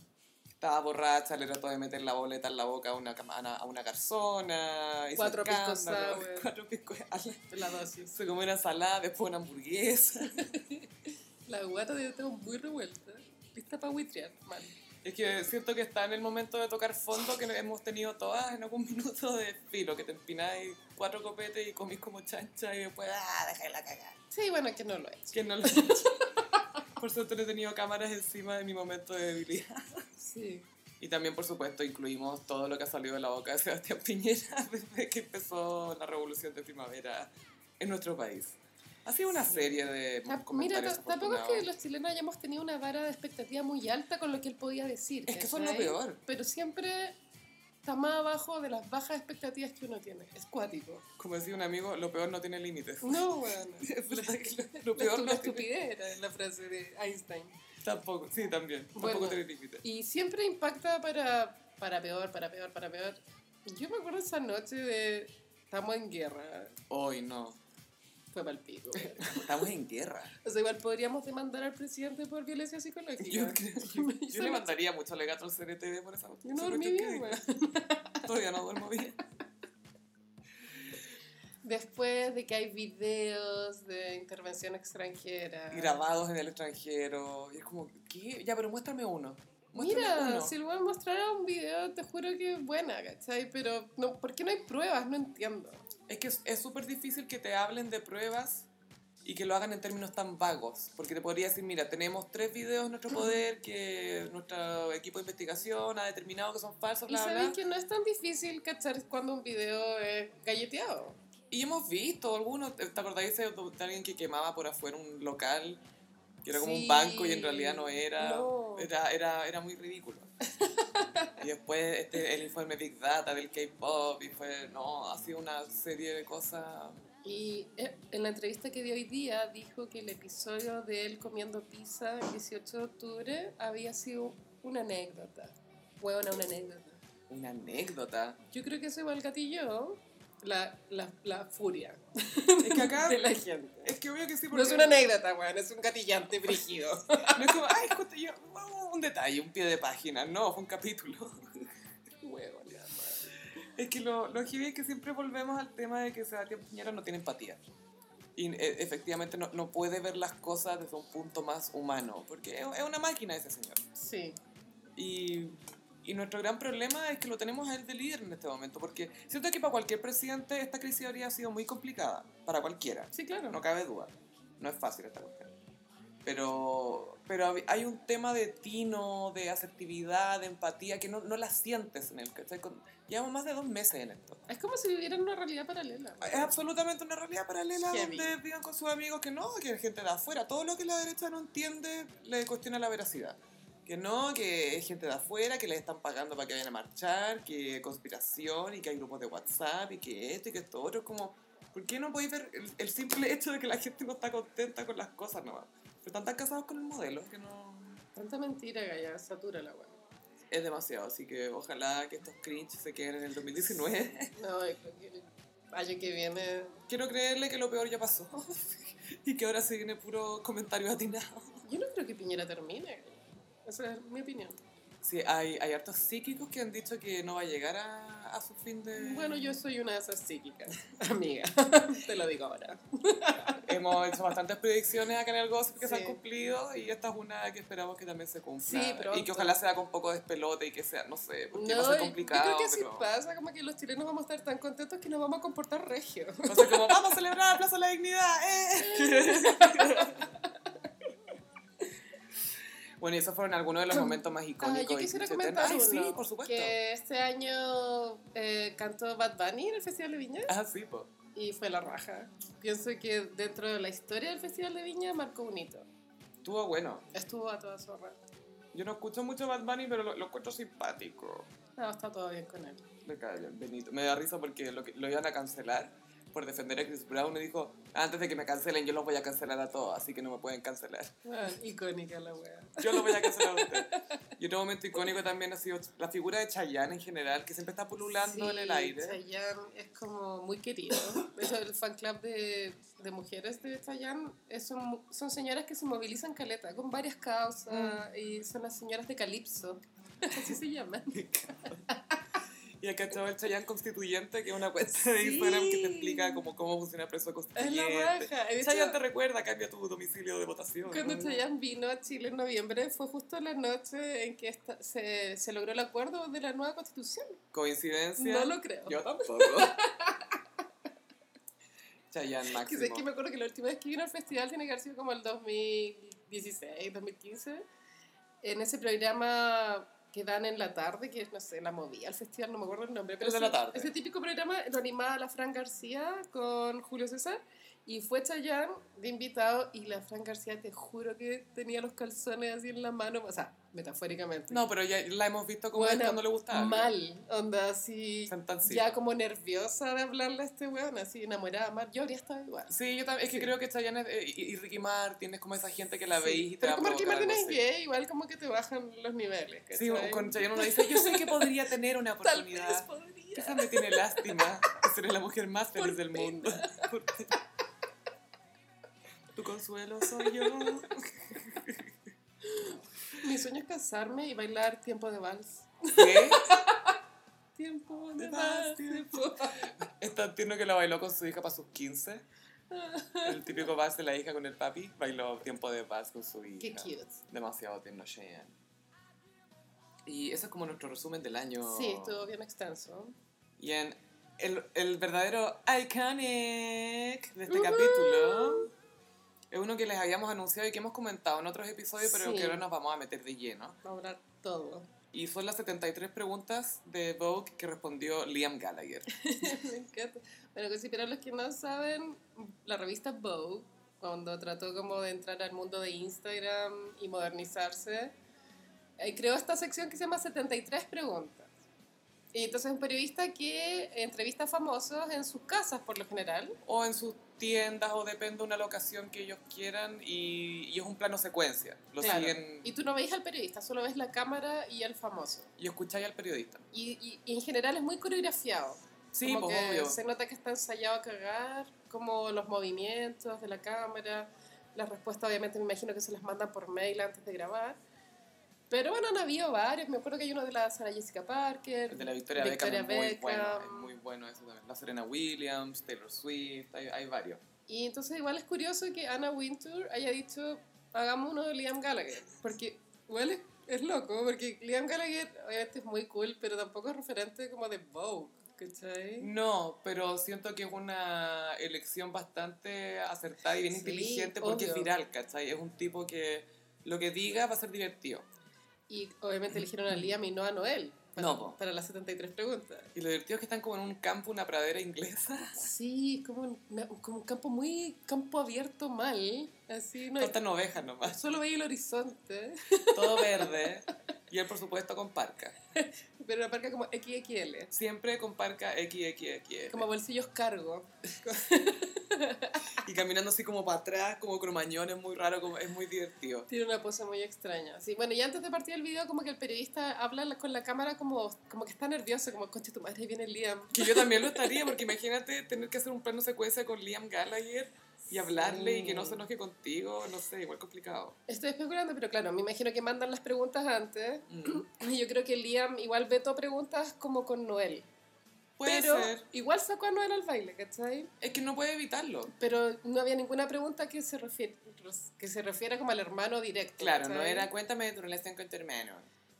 A: Estaba borracha, le trató de meter la boleta en la boca a una, cama- a una garzona. hizo
B: Cuatro pisco
A: escándalo.
B: sour.
A: Cuatro pisco a la-
B: La dosis.
A: Se comió una ensalada, después una hamburguesa.
B: La guata de tengo muy revuelta. Lista para buitrear, mal.
A: Es que siento que está en el momento de tocar fondo que hemos tenido todas en algún minuto de filo, que te empináis cuatro copetes y comís como chancha y después, ah, dejé la cagada.
B: Sí, bueno, que no lo he hecho.
A: Que no lo he hecho. Por suerte no he tenido cámaras encima de mi momento de debilidad.
B: Sí.
A: Y también, por supuesto, incluimos todo lo que ha salido de la boca de Sebastián Piñera desde que empezó la revolución de primavera en nuestro país. Ha sido una
B: Sí.
A: serie de
B: Ta- Ah, Mira,
A: comentarios
B: ta- tampoco es que
A: desafortunados.
B: los chilenos hayamos tenido una vara de expectativa muy alta con lo que él podía decir.
A: Es que eso es lo
B: ¿cachai?
A: peor.
B: Pero siempre está más abajo de las bajas expectativas que uno tiene. Es cuático.
A: Como decía un amigo, lo peor no tiene límites.
B: No, bueno.
A: Es verdad que lo- lo peor
B: La, estu- la
A: no tiene
B: estupidez era la frase de Einstein.
A: Tampoco, sí, también.
B: Bueno.
A: Tampoco tiene límites.
B: Y siempre impacta para, para peor, para peor, para peor. Yo me acuerdo esa noche de estamos en guerra.
A: Hoy no.
B: Fue pal pico. güey.
A: Estamos en guerra.
B: O sea, igual podríamos demandar al presidente por violencia psicológica.
A: Yo, creo- yo- yo le
B: Esa noche-
A: mandaría mucho legato al CNTV por esa
B: yo no
A: esa cuestión que
B: dormí bien,
A: dijo.
B: güey.
A: Todavía no duermo bien.
B: Después de que hay videos de intervención extranjera.
A: Grabados en el extranjero. Y es como, ¿qué? Ya, pero muéstrame uno. Muéstrame
B: Mira,
A: uno.
B: si le voy a mostrar a un video, te juro que es buena, ¿cachai? Pero, no, ¿por qué no hay pruebas? No entiendo.
A: Es que es es súper difícil que te hablen de pruebas y que lo hagan en términos tan vagos. Porque te podría decir, mira, tenemos tres videos en nuestro poder que nuestro equipo de investigación ha determinado que son falsos,
B: Y
A: bla, bla.
B: sabéis que no es tan difícil cachar cuando un video es galleteado.
A: Y hemos visto algunos, ¿te te acordáis de de alguien que quemaba por afuera un local? Que era como
B: Sí.
A: un banco y en realidad no era.
B: No.
A: Era, era, era muy ridículo. y después este, el informe Big Data del K-Pop y fue, no, ha sido una serie de cosas.
B: Y eh, en la entrevista que dio hoy día dijo que el episodio de él comiendo pizza el 18 de octubre había sido una anécdota. Huevona, una anécdota.
A: Una anécdota.
B: Yo creo que eso igual gatillo la, la, la furia
A: Es que acá.
B: de la gente.
A: Es que obvio que sí,
B: No
A: porque.
B: es una anécdota, weón, es un gatillante brígido.
A: no es como, ay, justo yo, wow, un detalle, un pie de página. No, fue un capítulo.
B: Huevona, weón.
A: Es que lo, lo heavy es que siempre volvemos al tema de que Sebastián Piñera no tiene empatía. Y e- efectivamente no, no puede ver las cosas desde un punto más humano, porque es, es una máquina ese señor.
B: Sí.
A: Y, y nuestro gran problema es que lo tenemos a él de líder en este momento, porque siento que para cualquier presidente esta crisis habría sido muy complicada, para cualquiera.
B: Sí, claro.
A: No cabe duda. No es fácil esta cuestión. Pero, pero hab- hay un tema de tino, de asertividad, de empatía, que no, no la sientes en él. ¿cachai? Con- Llevamos más de dos meses en esto.
B: Es como si vivieran una realidad paralela.
A: Es absolutamente una realidad paralela
B: Heavy.
A: donde viven con sus amigos que no, que hay gente de afuera. Todo lo que la derecha no entiende le cuestiona la veracidad. Que no, que es gente de afuera, que les están pagando para que vayan a marchar, que conspiración y que hay grupos de WhatsApp y que esto y que esto otro. Es como, ¿por qué no podéis ver el, el simple hecho de que la gente no está contenta con las cosas nomás? Pero están tan casados con el modelo que no.
B: Tanta mentira, Gaya, satura la weón.
A: Es demasiado, así que ojalá que estos cringe se queden en el 2019.
B: No, yo creo que el año que viene.
A: Quiero creerle que lo peor ya pasó y que ahora se viene puro comentario atinado.
B: Yo no creo que Piñera termine. Esa es mi opinión.
A: Sí, hay, hay hartos psíquicos que han dicho que no va a llegar a, a su fin de...
B: Bueno, yo soy una de esas psíquicas, amiga. Te lo digo ahora.
A: Hemos hecho bastantes predicciones acá en el Gossip que se
B: Sí.
A: han cumplido y esta es una que esperamos que también se cumpla.
B: Sí, pronto.
A: Y que ojalá sea con poco despelote y que sea, no sé,
B: No,
A: porque va a ser complicado.
B: yo creo que si
A: pero...
B: pasa, como que los chilenos vamos a estar tan contentos que nos vamos a comportar regio.
A: Entonces como, vamos a celebrar la Plaza de la Dignidad. ¡eh! bueno, y esos fueron algunos de los momentos más icónicos.
B: Ah, yo
A: de
B: quisiera
A: Cringe
B: comentar
A: Eterno. Ay,
B: uno,
A: sí, por supuesto.
B: que este año eh, cantó Bad Bunny en el Festival de Viña
A: Ah, sí, po.
B: y fue la raja. Pienso que dentro de la historia del Festival de Viña marcó un hito.
A: Estuvo bueno.
B: Estuvo a toda zorra.
A: Yo no escucho mucho Bad Bunny, pero lo, lo encuentro simpático.
B: No, está todo bien con él.
A: Me cae el Benito. Me da risa porque lo, que- lo iban a cancelar por defender a Chris Brown y dijo, antes de que me cancelen, yo los voy a cancelar a todos, así que no me pueden cancelar.
B: Ah, icónica la wea.
A: Yo los voy a cancelar a ustedes. Y otro momento icónico también ha sido la figura de Chayanne en general, que siempre está pululando en el
B: Sí,
A: aire.
B: Chayanne es como muy querido. De hecho, el fan club de, de mujeres de Chayanne eh, son, son señoras que se movilizan caleta con varias causas
A: Mm.
B: y son las señoras de Calipso. Así se llaman.
A: Y acá estaba el Chayanne constituyente, que es una cuenta de
B: Sí.
A: Instagram que te explica cómo, cómo funciona el proceso
B: Es la
A: constituyente.
B: raja. De hecho,
A: Chayanne te recuerda, cambia tu domicilio de votación.
B: Cuando
A: ¿no?
B: Chayanne vino a Chile en noviembre fue justo la noche en que esta- se, se logró el acuerdo de la nueva constitución.
A: Coincidencia.
B: No lo creo.
A: Yo tampoco. Chayanne
B: Que
A: máximo.
B: sé que me acuerdo que la última vez que vino al festival tiene que haber sido como el 2016, 2015. En ese programa que dan en la tarde, que es, no sé, la movía al festival, no me acuerdo el nombre, pero
A: Los de la
B: ese,
A: tarde.
B: ese típico programa lo animaba la Fran García con Julio César y fue Chayanne de invitado y la Fran García te juro que tenía los calzones así en la mano, o sea, metafóricamente.
A: No, pero ya la hemos visto como
B: Bueno,
A: es cuando le gusta. algo.
B: Mal, onda así,
A: Tan- tan Ah, sí.
B: ya como nerviosa de hablarle a este weón, así enamorada mal. Yo habría estado igual.
A: Sí, yo también. Es que creo que Chayanne es- eh, y, y Ricky Martin es como esa gente que la
B: Sí,
A: veis y te
B: Pero
A: va a
B: como que
A: provocar algo
B: Martínez
A: así.
B: gay, igual como que te bajan los niveles.
A: Sí,
B: ¿cachai?
A: con Chayanne uno dice, yo sé que podría tener una
B: Tal vez
A: oportunidad.
B: podría.
A: Esa me tiene lástima. Seré la mujer más feliz
B: Por
A: del
B: pena.
A: mundo. Por pena. tu consuelo soy yo.
B: Mi sueño es casarme y bailar tiempo de vals.
A: ¿Qué?
B: Tiempo de
A: De vals,
B: vals, tiempo.
A: Es tan tierno que la bailó con su hija para sus 15. El típico vals de la hija con el papi. Bailó tiempo de vals con su hija.
B: Qué cute.
A: Demasiado tierno, Cheyenne. Y ese es como nuestro resumen del año.
B: Sí, estuvo bien extenso.
A: Y en el, el verdadero iconic de este
B: Ujú.
A: capítulo es uno que les habíamos anunciado y que hemos comentado en otros episodios, pero
B: Sí.
A: que ahora nos vamos a meter de lleno.
B: Vamos a hablar todo.
A: Y son las 73 preguntas de Vogue que respondió Liam Gallagher.
B: Me encanta. Bueno, que si para los que no saben, la revista Vogue, cuando trató como de entrar al mundo de Instagram y modernizarse, eh, creó esta sección que se llama 73 preguntas. Y entonces un periodista que entrevista a famosos en sus casas por lo general.
A: O en sus tiendas, o depende de una locación que ellos quieran, y, y es un plano secuencia. Lo
B: Claro.
A: siguen
B: Y tú no veis al periodista, solo ves la cámara y al famoso.
A: y escucháis al periodista.
B: Y, y- y en general es muy coreografiado.
A: Sí,
B: como
A: pues
B: que
A: obvio.
B: se nota que está ensayado a cagar, como los movimientos de la cámara, las respuestas obviamente me imagino que se las mandan por mail antes de grabar. Pero bueno, han habido varios, me acuerdo que hay uno de la Sara Jessica Parker,
A: El de la Victoria,
B: Victoria
A: Beckham, es muy bueno, es
B: Beckham.
A: muy bueno eso también. La Serena Williams, Taylor Swift, hay, hay varios.
B: y entonces igual es curioso que Anna Wintour haya dicho, hagamos uno de Liam Gallagher, porque igual es, es loco, porque Liam Gallagher obviamente es muy cool, pero tampoco es referente como de Vogue,
A: Mm.
B: ¿cachai?
A: No, pero siento que es una elección bastante acertada y bien
B: Sí,
A: inteligente porque es
B: obvio.
A: viral, ¿cachai? Es un tipo que lo que diga va a ser divertido.
B: Y obviamente eligieron a Liam y no a Noel. Para,
A: No, po.
B: para las 73 preguntas.
A: Y lo divertido es que están como en un campo, una pradera inglesa.
B: Sí, es como un, como un campo muy campo abierto mal. Así no hay-
A: Faltan ovejas nomás.
B: solo veía el horizonte.
A: Todo verde. Y él, por supuesto, con parca.
B: Pero la parca como XXL.
A: Siempre con parca XXX.
B: Como bolsillos cargo. ah.
A: Y caminando así como para atrás, como cromañón, es muy raro, como, es muy divertido.
B: Tiene una pose muy extraña. Sí, bueno, y antes de partir el video, como que el periodista habla la- con la cámara como, como que está nervioso, como, concha tu madre, ahí viene Liam.
A: Que yo también lo estaría, porque imagínate tener que hacer un plano secuencia con Liam Gallagher y hablarle y que no se enoje contigo, no sé, igual complicado.
B: Estoy especulando, pero claro, me imagino que mandan las preguntas antes.
A: Mm.
B: Y Yo creo que Liam igual vetó preguntas como con Noel.
A: Puede
B: pero
A: ser.
B: igual sacó a Noel al baile, ¿cachai?
A: Es que no puede evitarlo.
B: Pero no había ninguna pregunta que se, refiere, que se refiera como al hermano directo.
A: Claro,
B: ¿cachai?
A: no era cuéntame de tu relación con tu hermano.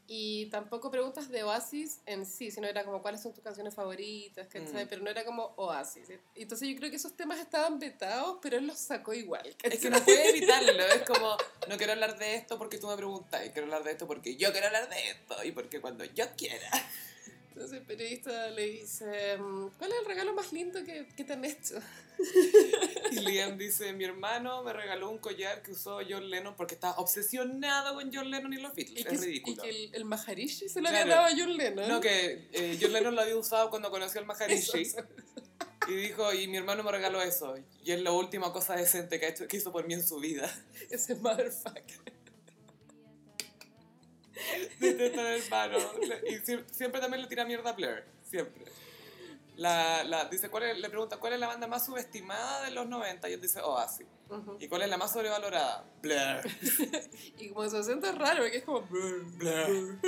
B: Y tampoco preguntas de Oasis en sí, sino era como cuáles son tus canciones favoritas, ¿cachai?
A: Mm.
B: Pero no era como Oasis. Entonces yo creo que esos temas estaban vetados, pero él los sacó igual.
A: Es que no puede evitarlo, es como, no quiero hablar de esto porque tú me preguntas, y quiero hablar de esto porque yo quiero hablar de esto, y porque cuando yo quiera.
B: Entonces el periodista le dice, mm, ¿cuál es el regalo más lindo que, que te han hecho?
A: Y Liam dice, mi hermano me regaló un collar que usó John Lennon porque estaba obsesionado con John Lennon y los Beatles.
B: Y
A: es
B: que, y
A: ridículo.
B: que el, el Maharishi se lo había
A: Claro.
B: dado a John Lennon.
A: No, que eh, John Lennon lo había usado cuando conoció al
B: Eso,
A: Maharishi
B: eso.
A: y dijo, y mi hermano me regaló eso. Y es la última cosa decente que, ha hecho, que hizo por mí en su vida.
B: Ese motherfucker.
A: Detesto al hermano. Y sie- siempre también le tira mierda a Blair. Siempre. La, la- dice, ¿cuál es- le pregunta, ¿cuál es la banda más subestimada de los 90? Y él dice, Oasis.
B: Ujú.
A: ¿Y cuál es la más sobrevalorada? Blair.
B: Y como su acento es raro, porque es como... brr,
A: Blair.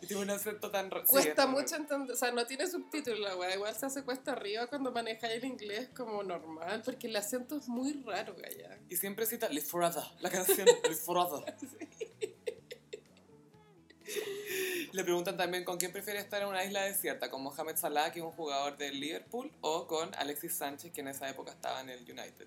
A: Y tiene un acento tan... ra- sí,
B: Cuesta
A: es-
B: mucho entender, o sea, no tiene subtítulos la weá, igual se hace cuesta arriba cuando maneja el inglés como normal, porque el acento es muy raro, gaya.
A: Y siempre cita Live Forever, la canción Live Forever. Le preguntan también con quién prefiere estar en una isla desierta, con Mohamed Salah, que es un jugador del Liverpool, o con Alexis Sánchez, que en esa época estaba en el United.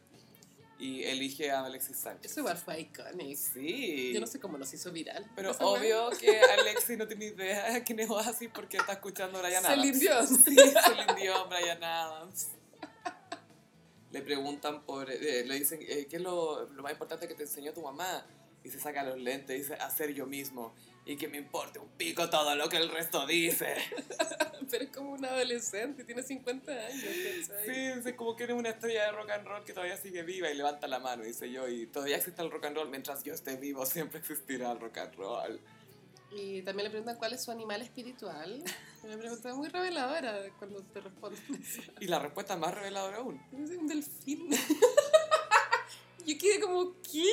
A: y elige a Alexis Sánchez.
B: Eso igual fue icónico.
A: Sí.
B: Yo no sé cómo nos hizo viral.
A: Pero
B: Esa wea.
A: obvio que Alexis no tiene idea de quién es Oasis porque está escuchando a Brian Adams.
B: Celine Dion.
A: Sí, Celine Dion, Brian Adams. Le preguntan por... eh, le dicen, eh, ¿qué es lo, lo más importante que te enseñó tu mamá? Y se saca los lentes y dice, hacer yo mismo. Y que me importe un pico todo lo que el resto dice.
B: Pero es como un adolescente, tiene 50 años, ¿cachai?
A: Sí, dice, como que eres una estrella de rock and roll que todavía sigue viva y levanta la mano y dice yo, y todavía existe el rock and roll, mientras yo esté vivo siempre existirá el rock and roll.
B: Y también le preguntan cuál es su animal espiritual. Una pregunta muy reveladora cuando te responden. eso.
A: Y la respuesta más reveladora aún.
B: Es un delfín. Yo quedé como, ¿qué?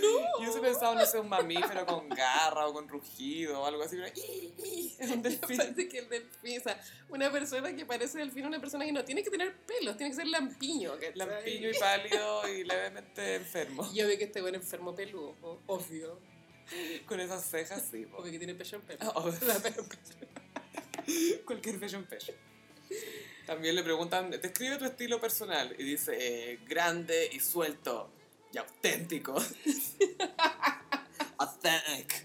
B: No.
A: Yo hubiese pensado, no sé, un mamífero con garra o con rugido o algo así, pero "Ih, ih", es un delfín.
B: Parece que el delfín, o sea, una persona que parece delfín, una persona que no tiene que tener pelos, tiene que ser lampiño. ¿cachai?
A: Lampiño y pálido y levemente enfermo.
B: Yo vi que este buen enfermo peludo, o- obvio.
A: Con esas cejas, sí. po.
B: Obvio que tiene pecho en pelo.
A: Oh,
B: La pelo en pecho.
A: Cualquier pecho en pecho. También le preguntan, describe tu estilo personal. Y dice, eh, grande y suelto y auténtico. Authentic.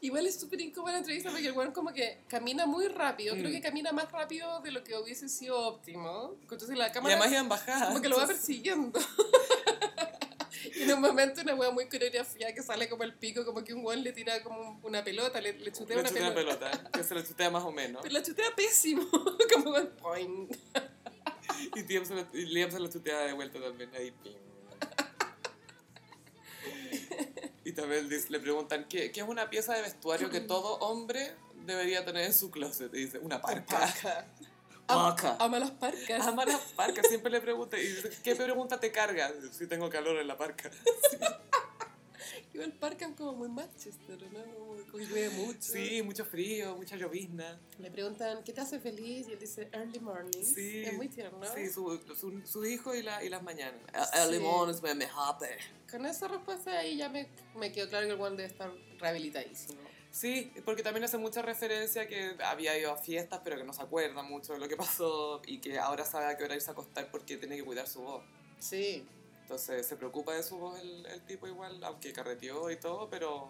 B: Igual es súper incómoda la entrevista porque el weón como que camina muy rápido. Creo
A: Mm.
B: que camina más rápido de lo que hubiese sido óptimo. Entonces la
A: Y
B: cámara
A: además iban bajadas.
B: como que lo va persiguiendo. y en un momento una weá muy coreografía que sale como el pico, como que un weón le tira como un- una pelota, le, le chutea
A: Le
B: una
A: chutea
B: pelota.
A: una pelota, que se la chutea más o menos.
B: Pero Pues la chutea pésimo. como weón, poing.
A: Y Liam se, la, y Liam se la chutea de vuelta también. Ahí, ping. Y también dice- le preguntan, ¿qué, ¿qué es una pieza de vestuario que todo hombre debería tener en su closet? Y dice, una parca.
B: Am-
A: Parca.
B: Ama las parcas.
A: Ama las parcas, siempre le pregunté. Y dice, ¿qué pregunta te carga? Si tengo calor en la parca.
B: Igual parcas como muy Manchester, ¿no? Como que llueve mucho.
A: Sí, mucho frío, mucha llovizna.
B: Le preguntan, ¿qué te hace feliz? Y él dice, early morning.
A: Sí.
B: Es muy tierno.
A: Sí, su, su, su hijo y, la, y las mañanas.
B: Sí.
A: El limón es me happy.
B: Con esa respuesta ahí ya me, me quedó claro que el Juan debe estar rehabilitadísimo.
A: Sí, porque también hace mucha referencia a que había ido a fiestas, pero que no se acuerda mucho de lo que pasó y que ahora sabe a qué hora irse a acostar porque tiene que cuidar su voz.
B: Sí.
A: Entonces se preocupa de su voz el, el tipo igual, aunque carreteó y todo, pero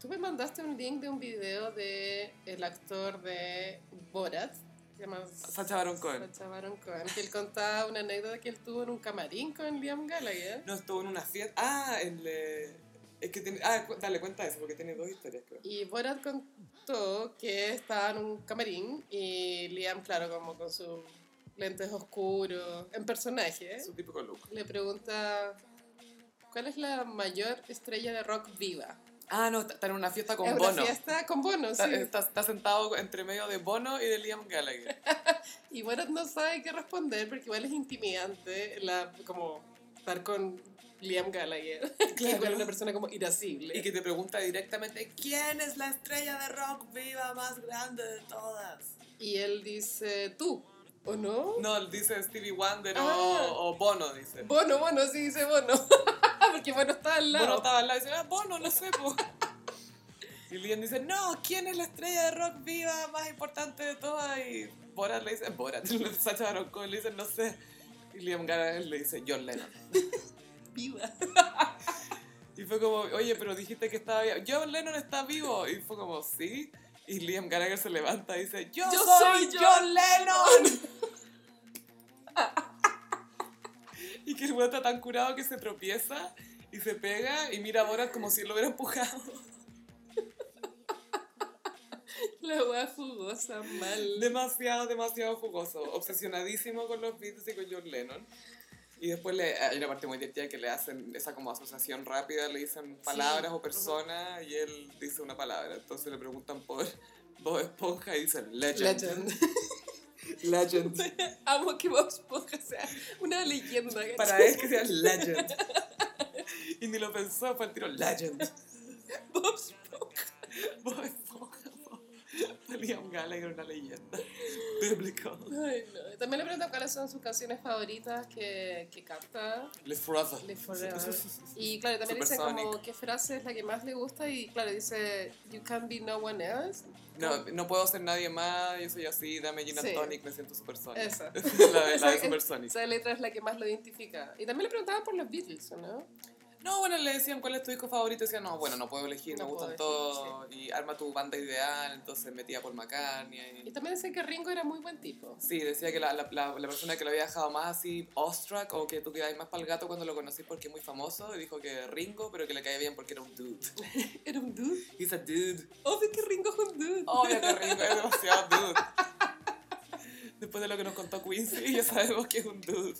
B: Tú me mandaste un link de un video de el actor de Borat, que se llama
A: Sacha Baron Cohen.
B: Sacha Baron Cohen, que él contaba una anécdota que él tuvo en un camarín con Liam Gallagher.
A: No estuvo en una fiesta. Ah, el. eh, es que tiene. Ah, cu- dale cuenta de eso, porque tiene dos historias, creo.
B: Y Borat contó que estaba en un camarín y Liam, claro, como con sus lentes oscuros, en personaje,
A: Es un típico look.
B: le pregunta, ¿cuál es la mayor estrella de rock viva?
A: Ah, no, está, está en una fiesta con
B: es una
A: Bono. Ah, eh.
B: fiesta con Bono, sí.
A: Está, está- está sentado entre medio de Bono y de Liam Gallagher.
B: Y Borat no sabe qué responder porque igual es intimidante la, como estar con Liam Gallagher, que igual es una persona como irascible.
A: Y que te pregunta directamente: ¿Quién es la estrella de rock viva más grande de todas?
B: Y él dice, ¿tú o no?
A: No, dice Stevie Wonder o-
B: Ah.
A: o, Bono, dice.
B: Bono, Bono, sí dice Bono, porque Bono está al
A: Bono
B: lado.
A: estaba al lado y dice: Ah, Bono, no sé, po". Y Liam dice: No, ¿quién es la estrella de rock viva más importante de todas? Y Borat le dice: Borat, Sacha Baron Cohen le dice: No sé. Y Liam Gallagher le dice: John Lennon.
B: viva.
A: Y fue como, oye, pero dijiste que estaba vivo. John Lennon está vivo. Y fue como, sí. Y Liam Gallagher se levanta y dice, yo,
B: Yo
A: soy,
B: soy
A: John, Lennon. y que el güey está tan curado que se tropieza y se pega y mira a Borat como si él lo hubiera empujado.
B: La wea jugosa, mal.
A: Demasiado, demasiado jugoso. Obsesionadísimo con los Beatles y con John Lennon. Y después le, hay una parte muy divertida que le hacen esa como asociación rápida, le dicen palabras o personas y él dice una palabra. Entonces le preguntan por Bob Esponja y dicen Legend.
B: Legend.
A: Legend.
B: Amo que Bob Esponja sea una leyenda. ¿cachai?
A: Para él que sea Legend. Y ni lo pensó, fue el tiro Legend.
B: Bob Esponja.
A: Bob Esponja. Bob- Bob- Liam Gallagher una leyenda bíblica.
B: Ay, no. También le pregunto cuáles son sus canciones favoritas que, que canta.
A: Le Forever.
B: Live Forever. Y claro, también dice
A: Supersonic.
B: como qué frase es la que más le gusta y claro, dice You can be no one else.
A: No, no puedo ser nadie más, yo soy así, dame gin and
B: Sí.
A: tonic, me siento supersonic.
B: Esa.
A: la de, la de
B: Esa-
A: supersonic.
B: Esa letra es la que más lo identifica. Y también le preguntaban por los Beatles, ¿o ¿no?
A: No, bueno, le decían cuál es tu disco favorito, y decían, no, bueno, no puedo elegir,
B: No
A: me
B: puedo
A: gustan
B: elegir,
A: todos, y arma tu banda ideal, entonces metía por McCartney.
B: Y también decían que Ringo era muy buen tipo.
A: Sí, decía que la, la, la, la persona que lo había dejado más así, awestruck, o que tú quedabas más pa'l gato cuando lo conocí porque es muy famoso, y dijo que Ringo, pero que le caía bien porque era un dude.
B: Era un dude.
A: He's a dude.
B: Obvio que Ringo es un dude.
A: Obvio que Ringo es demasiado dude. Después de lo que nos contó Quincy, ya sabemos que es un dude.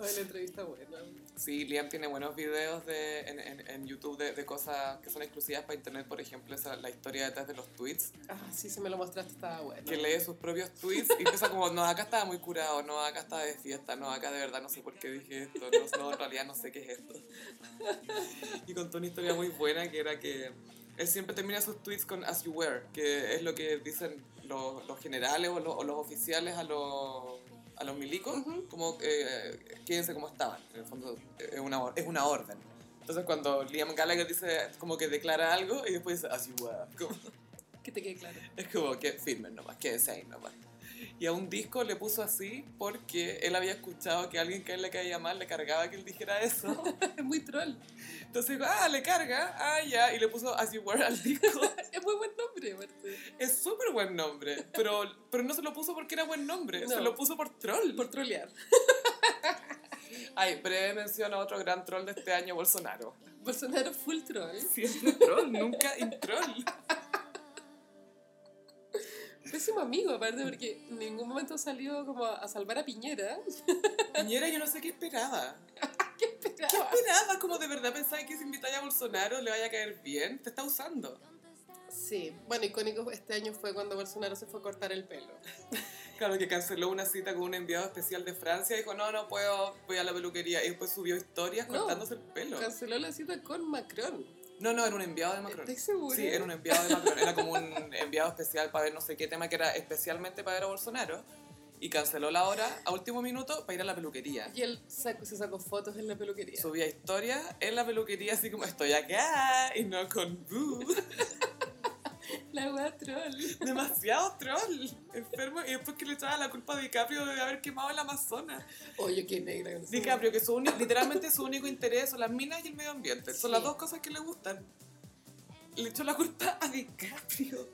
B: Oye, la entrevista buena.
A: Sí, Liam tiene buenos videos de, en, en, en YouTube de, de cosas que son exclusivas para internet, por ejemplo, esa, la historia detrás de los tweets,
B: Ah, sí, si me lo mostraste estaba bueno.
A: que lee sus propios tweets y empieza como, no, acá estaba muy curado, no, acá estaba de fiesta, no, acá de verdad no sé por qué dije esto, no, no, en realidad no sé qué es esto. Y contó una historia muy buena que era que él siempre termina sus tweets con as you were, que es lo que dicen los, los generales o los, o los oficiales a los, a los milicos,
B: Ujú.
A: como eh, quédense como estaban, en el fondo eh, es una, or- es una orden. Entonces cuando Liam Gallagher dice, como que declara algo y después dice as you were, como-
B: Que te quede claro.
A: es como que firmen nomás, quédense ahí nomás. Y a un disco le puso así porque él había escuchado que alguien que a él le caía mal le cargaba que él dijera eso.
B: Es muy troll.
A: Entonces dijo, ah, le carga, ah, ya, y le puso As You Were al disco.
B: Es muy buen nombre, aparte.
A: Es súper buen nombre, pero, pero no se lo puso porque era buen nombre,
B: No.
A: se lo puso por troll.
B: Por trolear.
A: Ay, breve mención a otro gran troll de este año, Bolsonaro.
B: Bolsonaro full troll.
A: Siempre troll, nunca in troll.
B: Pésimo amigo, aparte, porque en ningún momento salió como a salvar a Piñera.
A: Piñera, yo no sé qué esperaba. ¿Qué esperaba? Como de verdad pensaba que si invitáis a Bolsonaro le vaya a caer bien, te está usando.
B: Sí, bueno, icónico este año fue cuando Bolsonaro se fue a cortar el pelo.
A: Claro que canceló una cita con un enviado especial de Francia, dijo, no, no puedo, voy a la peluquería. Y después subió historias
B: No.
A: cortándose el pelo.
B: Canceló la cita con Macron.
A: No, no, era un enviado de Macron.
B: ¿Estás segura?
A: Sí, era un enviado de Macron. Era como un enviado especial para ver no sé qué tema que era especialmente para ver a Bolsonaro. Y canceló la hora a último minuto para ir a la peluquería.
B: Y él sacó- se sacó fotos en la peluquería.
A: Subía historia en la peluquería, así como estoy acá y no con Boo.
B: La wea troll.
A: Demasiado troll, enfermo. Y después que le echaba la culpa a DiCaprio de haber quemado el Amazonas.
B: Oye, qué negra. que se-
A: DiCaprio, que su uni- literalmente su único interés son las minas y el medio ambiente. Son
B: Sí.
A: las dos cosas que le gustan. Le echó la culpa a DiCaprio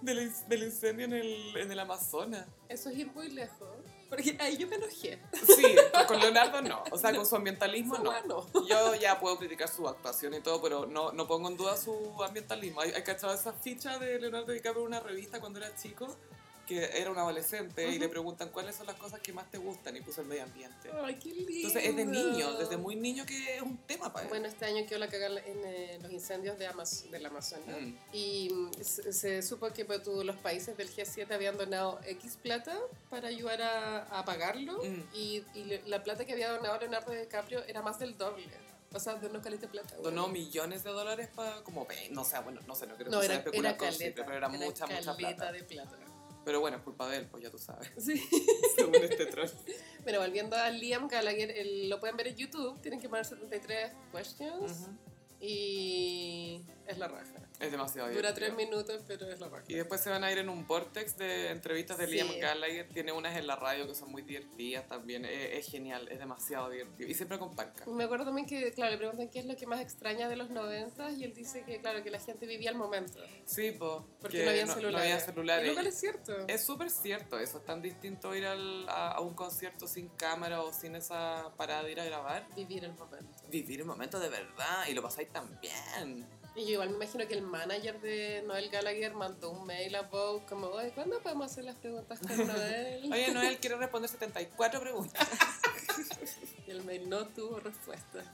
A: del, in- del incendio en el, en el Amazonas.
B: Eso es ir muy lejos. Porque ahí yo me enojé.
A: Sí, pero con Leonardo no. O sea, con su ambientalismo
B: Esa
A: no.
B: wea no.
A: Yo ya puedo criticar su actuación y todo, pero no, no pongo en duda su ambientalismo. Hay, hay cachado esa ficha de Leonardo DiCaprio en una revista cuando era chico, que era un adolescente, y
B: Ujú.
A: le preguntan cuáles son las cosas que más te gustan, y puso el medio ambiente.
B: Ay, qué lindo.
A: Entonces es de niño, desde muy niño que es un tema para él.
B: Bueno, este año quedó la cagada en eh, los incendios de, Amaz- de la Amazonia.
A: Mm.
B: Y mm, se, se supo que pues, tú, los países del G7 habían donado X plata para ayudar a, a apagarlo.
A: Mm.
B: Y, y le- la plata que había donado Leonardo DiCaprio era más del doble. O sea, donó caleta de plata. güey.
A: Donó millones de dólares para como ve- no sé, bueno, no sé, no quiero
B: No,
A: empezar a
B: era,
A: especular
B: era
A: con
B: caleta.
A: cifras, pero era, mucha,
B: caleta
A: mucha plata.
B: de plata.
A: Pero bueno, es culpa de él, pues ya tú sabes,
B: Sí.
A: según este troll.
B: Bueno, volviendo a Liam Gallagher, el- lo pueden ver en YouTube. Tienen que poner 73 questions.
A: Ujú.
B: Y es la raja.
A: Es demasiado
B: Dura
A: divertido.
B: tres minutos, pero es la raja.
A: Y después se van a ir en un vortex de entrevistas de
B: Sí.
A: Liam Gallagher. Tiene unas en la radio que son muy divertidas también. e, Es, es genial, es demasiado divertido. Y siempre con panca.
B: Me acuerdo también que, claro, le preguntan qué es lo que más extraña de los 90 y él dice que, claro, que la gente vivía el momento.
A: Sí, po,
B: Porque
A: que
B: no había
A: No
B: celulares.
A: había
B: Y
A: celulares.
B: lo cual es cierto.
A: eh, Es súper cierto eso. Es tan distinto ir al- a, a un concierto sin cámara o sin esa parada de ir a grabar.
B: Vivir el momento.
A: Vivir un momento de verdad y lo pasáis tan bien.
B: Y yo igual me imagino que el manager de Noel Gallagher mandó un mail a Vogue como, oye, ¿cuándo podemos hacer las preguntas con Noel?
A: Oye, Noel, quiero responder 74 preguntas.
B: y el mail no tuvo respuesta.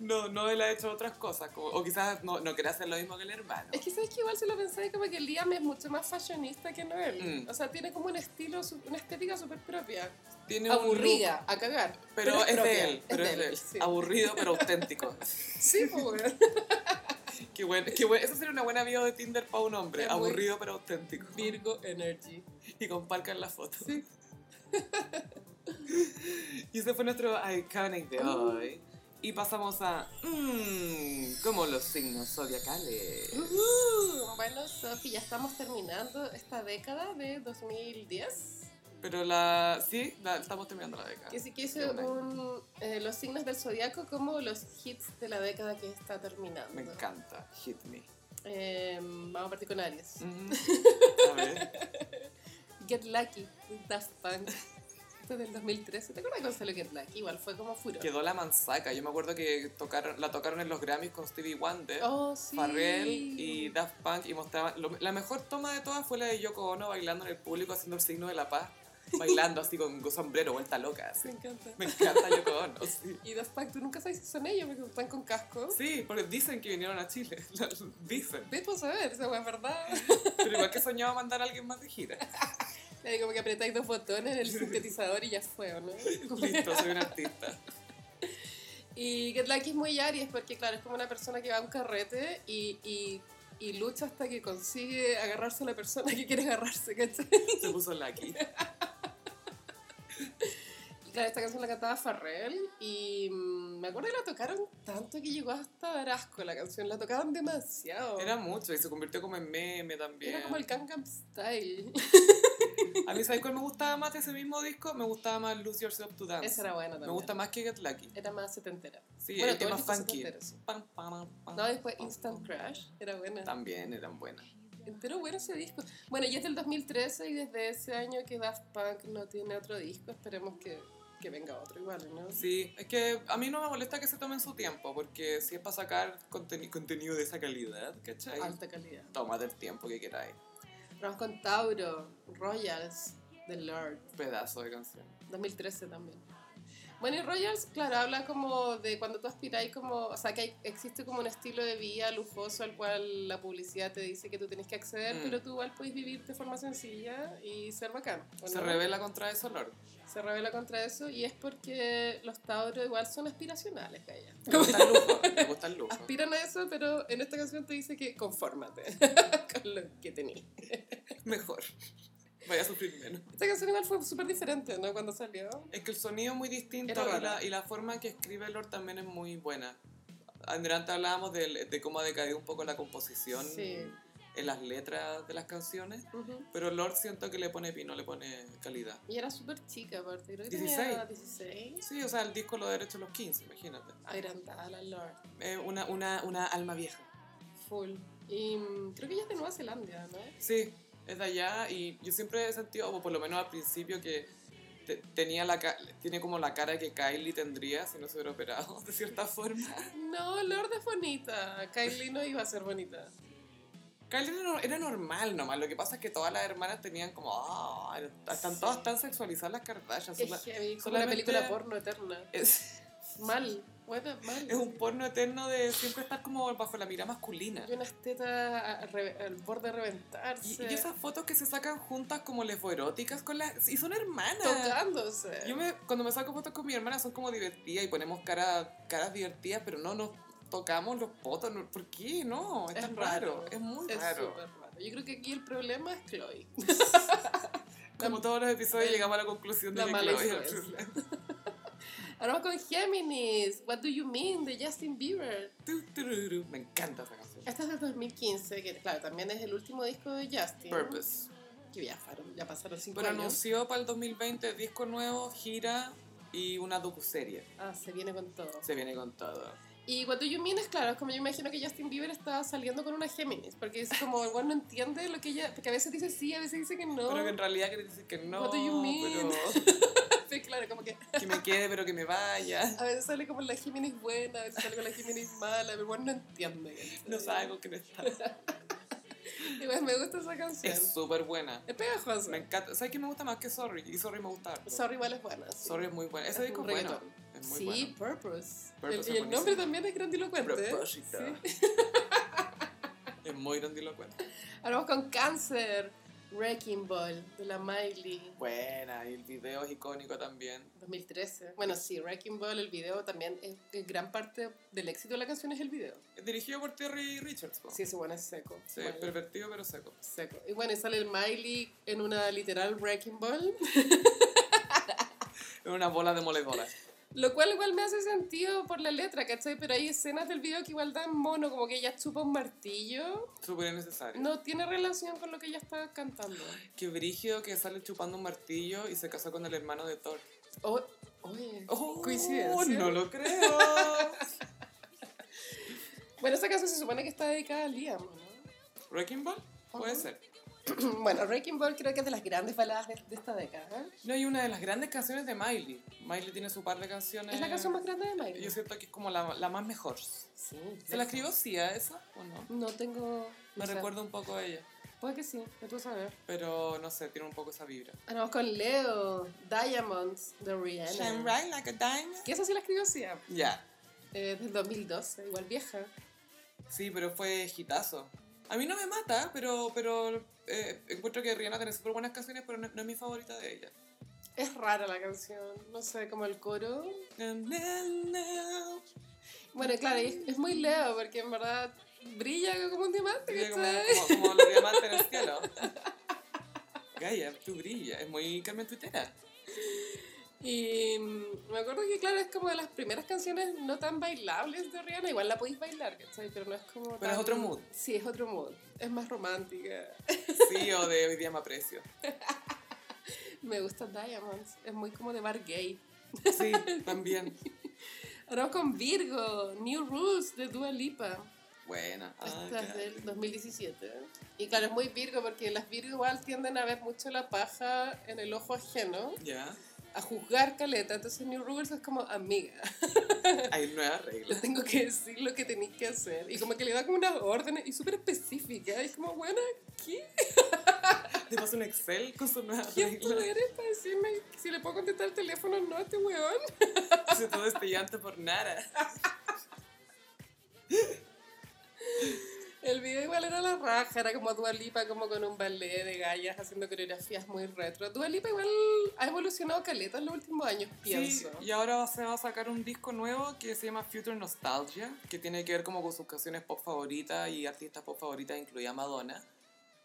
A: No, Noel ha hecho otras cosas. como- o quizás no, no quiere hacer lo mismo que el hermano.
B: Es que sabes que igual si lo pensáis como que Liam es mucho más fashionista que Noel.
A: Mm.
B: O sea, tiene como un estilo, su- una estética súper propia.
A: Tiene un look
B: Aburrida, a cagar.
A: Pero es
B: propia,
A: de él, pero es de él.
B: Sí,
A: Aburrido, pero auténtico.
B: Sí, pues, weón.
A: Que Qué buen, qué buen- Eso sería una buena bio de Tinder para un hombre.
B: Es muy-
A: aburrido pero auténtico.
B: Virgo Energy.
A: Y con palca en la foto.
B: Sí.
A: Y ese fue nuestro iconic de
B: Uh.
A: hoy. Y pasamos a. Mmm, como los signos zodiacales.
B: Ujú. Uh, Bueno, Sofi, ya estamos terminando esta década de 2010.
A: Pero la. Sí, la- estamos terminando la década.
B: Que sí que hice
A: Ah, Qué
B: un, eh, los signos del zodiaco como los hits de la década que está terminando.
A: Me encanta. Hit me.
B: Eh, vamos a partir con Aries.
A: Ujú. A ver. Mm.
B: Get Lucky, Daft Punk. Esto es del 2013. ¿Te acuerdas cuando salió Get Lucky? Igual fue como furor.
A: Quedó la manzaca. Yo me acuerdo que tocaron, la tocaron en los Grammys con Stevie Wonder.
B: Oh, sí.
A: Farrell y Daft Punk y mostraban... lo- la mejor toma de todas fue la de Yoko Ono bailando en el público haciendo el signo de la paz. Bailando así con un sombrero, vuelta loca. así.
B: Me encanta.
A: Me encanta Yoko Ono, sí.
B: Y Daft Punk, tú nunca sabes si son ellos porque están con casco.
A: Sí, porque dicen que vinieron a Chile. lo- Dicen.
B: Después a ver, esa wea es verdad.
A: Pero igual que soñaba mandar a alguien más de gira.
B: Eh, Como que apretáis dos botones en el sintetizador y ya fue, ¿o ¿no?
A: Listo, soy un artista.
B: Y Get Lucky es muy Aries porque, claro, es como una persona que va a un carrete y, y, y lucha hasta que consigue agarrarse a la persona que quiere agarrarse, ¿cachai?
A: Se puso lucky.
B: Y claro, esta canción la cantaba Farrell y mm, me acuerdo que la tocaron tanto que llegó hasta dar asco la canción, la tocaban demasiado.
A: Era mucho y se convirtió como en meme también.
B: Era como el Gangnam Style.
A: A mí, ¿sabes cuál me gustaba más de ese mismo disco? Me gustaba más Lose Yourself to Dance.
B: Esa era buena
A: me
B: también.
A: gusta más que Get Lucky.
B: Era más setentera.
A: Sí,
B: Bueno,
A: el
B: todo
A: tema
B: el disco
A: funky. Ah.
B: setentero, sí.
A: Pam, pam, pam,
B: No, después
A: pam,
B: Instant Crash, era buena.
A: También eran buenas.
B: Pero bueno ese disco. Bueno, y es del 2013 y desde ese año que Daft Punk no tiene otro disco, esperemos que, que venga otro igual, ¿no?
A: Sí, es que a mí no me molesta que se tomen su tiempo, porque si es para sacar conteni- contenido de esa calidad, ¿cachai?
B: Alta calidad.
A: Tómate el tiempo que queráis.
B: Vamos con Tauro, Royals, The Lord,
A: Pedazo de canción.
B: 2013 también. Bueno, y Royals, claro, habla como de cuando tú aspiráis como, o sea, que hay- existe como un estilo de vida lujoso al cual la publicidad te dice que tú tienes que acceder,
A: Mm.
B: pero tú igual puedes vivir de forma sencilla y ser bacán. ¿o
A: Se
B: no?
A: revela contra eso, Lord.
B: se revela contra eso y es porque los tauros igual son aspiracionales, Gaya.
A: Me gusta el lujo, me gusta el lujo.
B: Aspiran a eso, pero en esta canción te dice que confórmate con lo que tenías.
A: Mejor. Vaya a sufrir menos.
B: Esta canción igual fue súper diferente, ¿no? Cuando salió.
A: Es que el sonido es muy distinto
B: Era
A: y
B: rara.
A: la, y la forma en que escribe Lord también es muy buena. Adelante hablábamos del- de, cómo ha decaído un poco la composición
B: Sí.
A: en las letras de las canciones,
B: Ujú.
A: pero Lord siento que le pone pino, le pone calidad.
B: Y era súper chica, aparte. Creo que
A: 16.
B: tenía 16.
A: Sí, o sea, el disco lo derecho a los 15, imagínate.
B: Ah, Agrandada la Lord.
A: Eh, una, una, una alma vieja.
B: Full. Y mm, creo que ella es de Nueva Zelanda, ¿no?
A: Sí, es de allá y yo siempre he sentido, o por lo menos al principio, que te- tenía la ca- tiene como la cara que Kylie tendría si no se hubiera operado, de cierta forma.
B: No, Lord es bonita. Kylie no iba a ser bonita.
A: Kylie era, no- era normal nomás, lo que pasa es que todas las hermanas tenían como, ah, están
B: Sí.
A: todas tan sexualizadas las Kardashian. son
B: Es
A: la-
B: heavy, como una
A: solamente-
B: película porno eterna.
A: es,
B: Mal. Buena, mal.
A: es un porno eterno de siempre estar como bajo la mira masculina.
B: Y unas tetas a- a re- al borde
A: Y,
B: de reventarse.
A: y esas fotos que se sacan juntas como lesboeróticas con las... Y son hermanas.
B: tocándose.
A: Yo me, cuando me saco fotos con mi hermana son como divertidas y ponemos cara, caras divertidas, pero no nos tocamos los potos. no- ¿Por qué? No, es,
B: Es
A: tan raro.
B: raro.
A: Es muy
B: es
A: raro.
B: súper raro. Yo creo que aquí el problema es Chloe.
A: Como todos los episodios
B: el-
A: llegamos a la conclusión de
B: la
A: que
B: mala
A: Chloe es
B: influencia.
A: problema.
B: Ahora vamos con Géminis. What do you mean? De Justin Bieber.
A: Tu, tururú. Me encanta esa canción.
B: Esta es del 2015, que claro, también es el último disco de Justin.
A: Purpose.
B: Que ya, fueron- ya pasaron cinco
A: Pero
B: años.
A: anunció para el 2020 disco nuevo, gira y una docuserie.
B: Ah, se viene con todo.
A: Se viene con todo.
B: Y What do you mean es claro, es como yo imagino que Justin Bieber está saliendo con una Géminis. Porque es como, igual no entiende lo que ella. Porque a veces dice sí, a veces dice que no.
A: Pero que en realidad quiere decir que no.
B: What do you mean?
A: Pero
B: Sí, claro, como que.
A: que me quede, pero que me vaya.
B: A veces sale como la Géminis buena, a veces sale con la Géminis mala, pero bueno, no entiende.
A: No sabe con quién está.
B: Igual me gusta esa canción.
A: Es
B: Es,
A: súper buena.
B: pegajosa.
A: Me encanta. ¿Sabes qué me gusta más que Sorry? Y Sorry me gusta. harto.
B: Sorry, igual es buena. sí.
A: Sorry es muy buena. Ese
B: Es
A: disco
B: un
A: es bueno.
B: reggaetón.
A: Es muy
B: sí,
A: bueno.
B: Purpose.
A: Purpose
B: El-
A: es
B: y el nombre
A: buenísimo.
B: también es grandilocuente.
A: Propósito.
B: Sí.
A: Es muy grandilocuente.
B: Ahora vamos con Cáncer. Wrecking Ball de la Miley.
A: Buena, y el video es icónico también.
B: 2013. Bueno, sí, Wrecking Ball, el video también es, es gran parte del éxito de la canción es el video.
A: Dirigido por Terry Richards. po.
B: Sí, ese bueno es seco.
A: Oh. Sí,
B: Bueno,
A: pervertido pero seco.
B: seco. Y bueno, y sale el Miley en una literal Wrecking Ball,
A: Es una bola de moledola.
B: lo cual igual me hace sentido por la letra, ¿cachai? Pero hay escenas del video que igual dan mono, como que ella chupa un martillo.
A: Súper innecesario.
B: No tiene relación con lo que ella está cantando.
A: Que Brigio que sale chupando un martillo y se casó con el hermano de Thor.
B: O- oye,
A: Oh,
B: coincidencia.
A: No lo creo.
B: Bueno, esa canción se supone que está dedicada a Liam, ¿no?
A: ¿Wrecking Ball? Puede
B: Ajá.
A: ser.
B: Bueno, Wrecking Ball creo que es de las grandes baladas de, de esta década. ¿eh?
A: No, y una de las grandes canciones de Miley. Miley tiene su par de canciones.
B: Es la canción más grande de Miley.
A: Yo siento que es como la, la más mejor. ¿Se
B: Sí.
A: la escribió Sia esa o no?
B: No tengo...
A: Me
B: o sea,
A: recuerda un poco a ella.
B: Puede que sí, me puedo saber.
A: Pero no sé, tiene un poco esa vibra.
B: Ah, no, con Leo, Diamonds, de Rihanna.
A: like a diamond.
B: Que esa sí la escribió Sia,
A: Ya.
B: eh, del 2012, igual vieja.
A: Sí, pero fue hitazo. A mí no me mata, pero, pero eh, encuentro que Rihanna tiene súper buenas canciones, pero no, no es mi favorita de ella.
B: Es rara la canción, no sé, como el coro.
A: Na, na, na.
B: Bueno, claro, y es, es muy Leo, porque en verdad brilla como un diamante,
A: Brilla Como,
B: ¿cachai?
A: como, como los diamantes en el cielo. Gaia, tú brillas. Es muy Carmen Tuitera.
B: Y mm, me acuerdo que, claro, es como de las primeras canciones no tan bailables de Rihanna. Igual la podéis bailar, ¿cachai? Pero no es como.
A: Pero es otro mood.
B: Sí, es otro mood. Es más romántica.
A: Sí, o de hoy día me aprecio.
B: Me gusta Diamonds. Es muy como de bar gay.
A: Sí, también.
B: Ahora vamos con Virgo, New Rules de Dua Lipa.
A: Buena. Ay,
B: Esta es
A: ya.
B: del 2017. Y claro, es muy Virgo porque las Virgo igual tienden a ver mucho la paja en el ojo ajeno,
A: Ya.
B: a juzgar caleta. Entonces, New Rules es como amiga.
A: Hay nuevas
B: Les
A: reglas.
B: tengo que decir lo que tenéis que hacer. Y como que le da como unas órdenes y súper específicas. Y es como, bueno, ¿qué?
A: Te paso un Excel con sus nuevas
B: ¿Quién tú
A: reglas.
B: eres para decirme si le puedo contestar el teléfono o no a este weón?
A: Si todo este llanto por nada.
B: El video igual era la raja, era como Dua Lipa como con un ballet de gallas haciendo coreografías muy retro. Dua Lipa igual ha evolucionado caleta en los últimos años, pienso.
A: Sí, y ahora se va a sacar un disco nuevo que se llama Future Nostalgia, que tiene que ver como con sus canciones pop favoritas y artistas pop favoritas, incluida Madonna.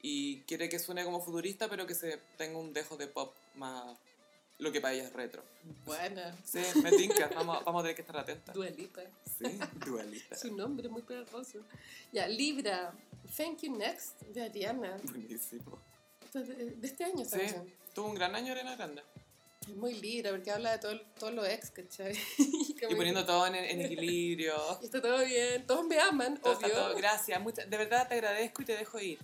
A: Y quiere que suene como futurista, pero que se tenga un dejo de pop más lo que para ella es retro.
B: Buena.
A: Sí, me tinca, vamos, vamos a tener que estar atentas.
B: Dua Lipa.
A: Sí, dualista.
B: Su nombre es muy pegajoso. Ya, Libra. Thank You Next de Ariana.
A: Buenísimo.
B: Esto es De, de este año,
A: Sí.
B: ¿sabes?
A: Tuvo un gran año Arena Grande.
B: Es muy libra porque habla de todo, todo lo ex, ¿cachai?
A: Y poniendo todo en, en equilibrio.
B: Y está todo bien, todos me aman,
A: Todo está
B: obvio.
A: todo- Gracias, mucha- de verdad te agradezco y te dejo ir.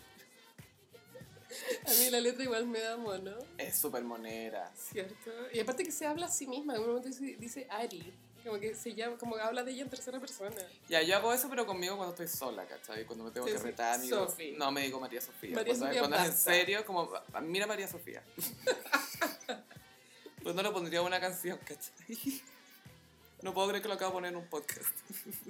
B: A mí la letra igual me da mono,
A: Es súper monera.
B: ¿cierto? Y aparte que se habla a sí misma, en un momento dice, dice Ari, como que se llama, como que habla de ella en tercera persona.
A: Ya, yo hago eso, pero conmigo cuando estoy sola, ¿cachai? Cuando me tengo
B: Te
A: que
B: dice
A: retar, digo,
B: Sofi.
A: no me digo María Sofía.
B: María
A: cuando
B: Sofía
A: cuando es en
B: basta.
A: serio, como, "Ah, mira María Sofía. pues no lo pondría en una canción, ¿cachai? No puedo creer que lo acabo de poner en un podcast.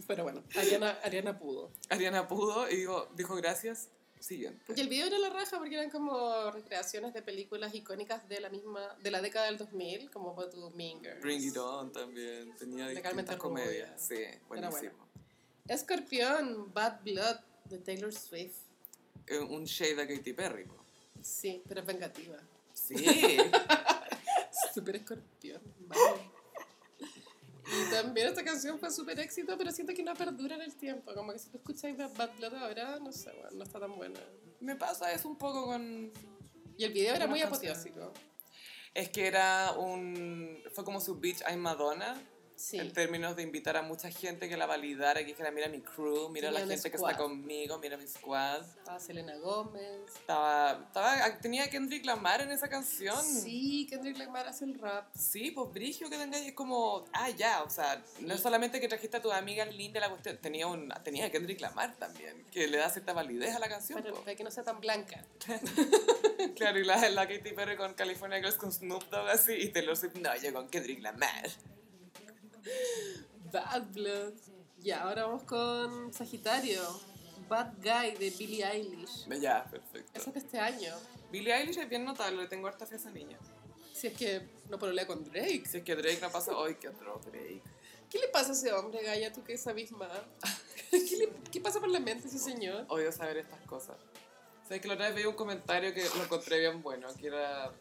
B: Pero bueno, Ariana, Ariana pudo.
A: Ariana pudo y digo, dijo gracias, siguiente.
B: Y el video era la raja porque eran como recreaciones de películas icónicas de la misma, de la década del 2000, como Pon tu Mean Girls.
A: Bring It On también, tenía
B: De Carmen
A: distintas
B: Tarrubia.
A: comedias. Sí, buenísimo.
B: Escorpión, Bad Blood, de Taylor Swift.
A: Eh, Un shade a Katy Perry, po.
B: Sí, pero es vengativa.
A: Sí,
B: Super escorpión. vale. Y también esta canción fue súper éxito, pero siento que no perdura en el tiempo. Como que si tú escucháis Bad Bad Blood ahora, no sé, bueno, no está tan buena.
A: me pasa eso un poco con
B: Y el video era
A: Una
B: muy
A: canción.
B: apoteósico.
A: Es que era un. Fue como su Bitch I'm Madonna,
B: Sí.
A: en términos de invitar a mucha gente que la validara, que dijera: Mira mi crew, mira
B: Tenía
A: la
B: un
A: gente que
B: squad.
A: está conmigo, mira mi squad.
B: Estaba Selena Gómez.
A: Estaba, estaba, tenía a Kendrick Lamar en esa canción.
B: Sí, Kendrick Lamar hace el rap.
A: Sí, pues Brigio que tengáis es como, ah, ya, o sea, no es solamente que trajiste a tu amiga linda la cuestión, tenía, un, tenía a Kendrick Lamar también, que le da cierta validez a la canción.
B: Para,
A: po.
B: para que no sea tan blanca.
A: Claro, y la, la Katy Perry con California Girls con Snoop Dogg así, y Taylor Swift, no, yo con Kendrick Lamar.
B: Bad Blood. Y ahora vamos con Sagitario. Bad Guy de Billie Eilish.
A: Ya,
B: Esa
A: perfecto.
B: es de este año.
A: Billie Eilish es bien notable, le tengo harta fe a esa niña.
B: Si es que no pololea con Drake.
A: Si es que Drake no pasa hoy, qué otro Drake.
B: ¿Qué le pasa a ese hombre, Gaia, tú que sabes más? ¿Qué, le- qué pasa por la mente a ese señor?
A: Odio saber estas cosas. Sabes que la otra vez veía un comentario que lo encontré bien bueno, que era...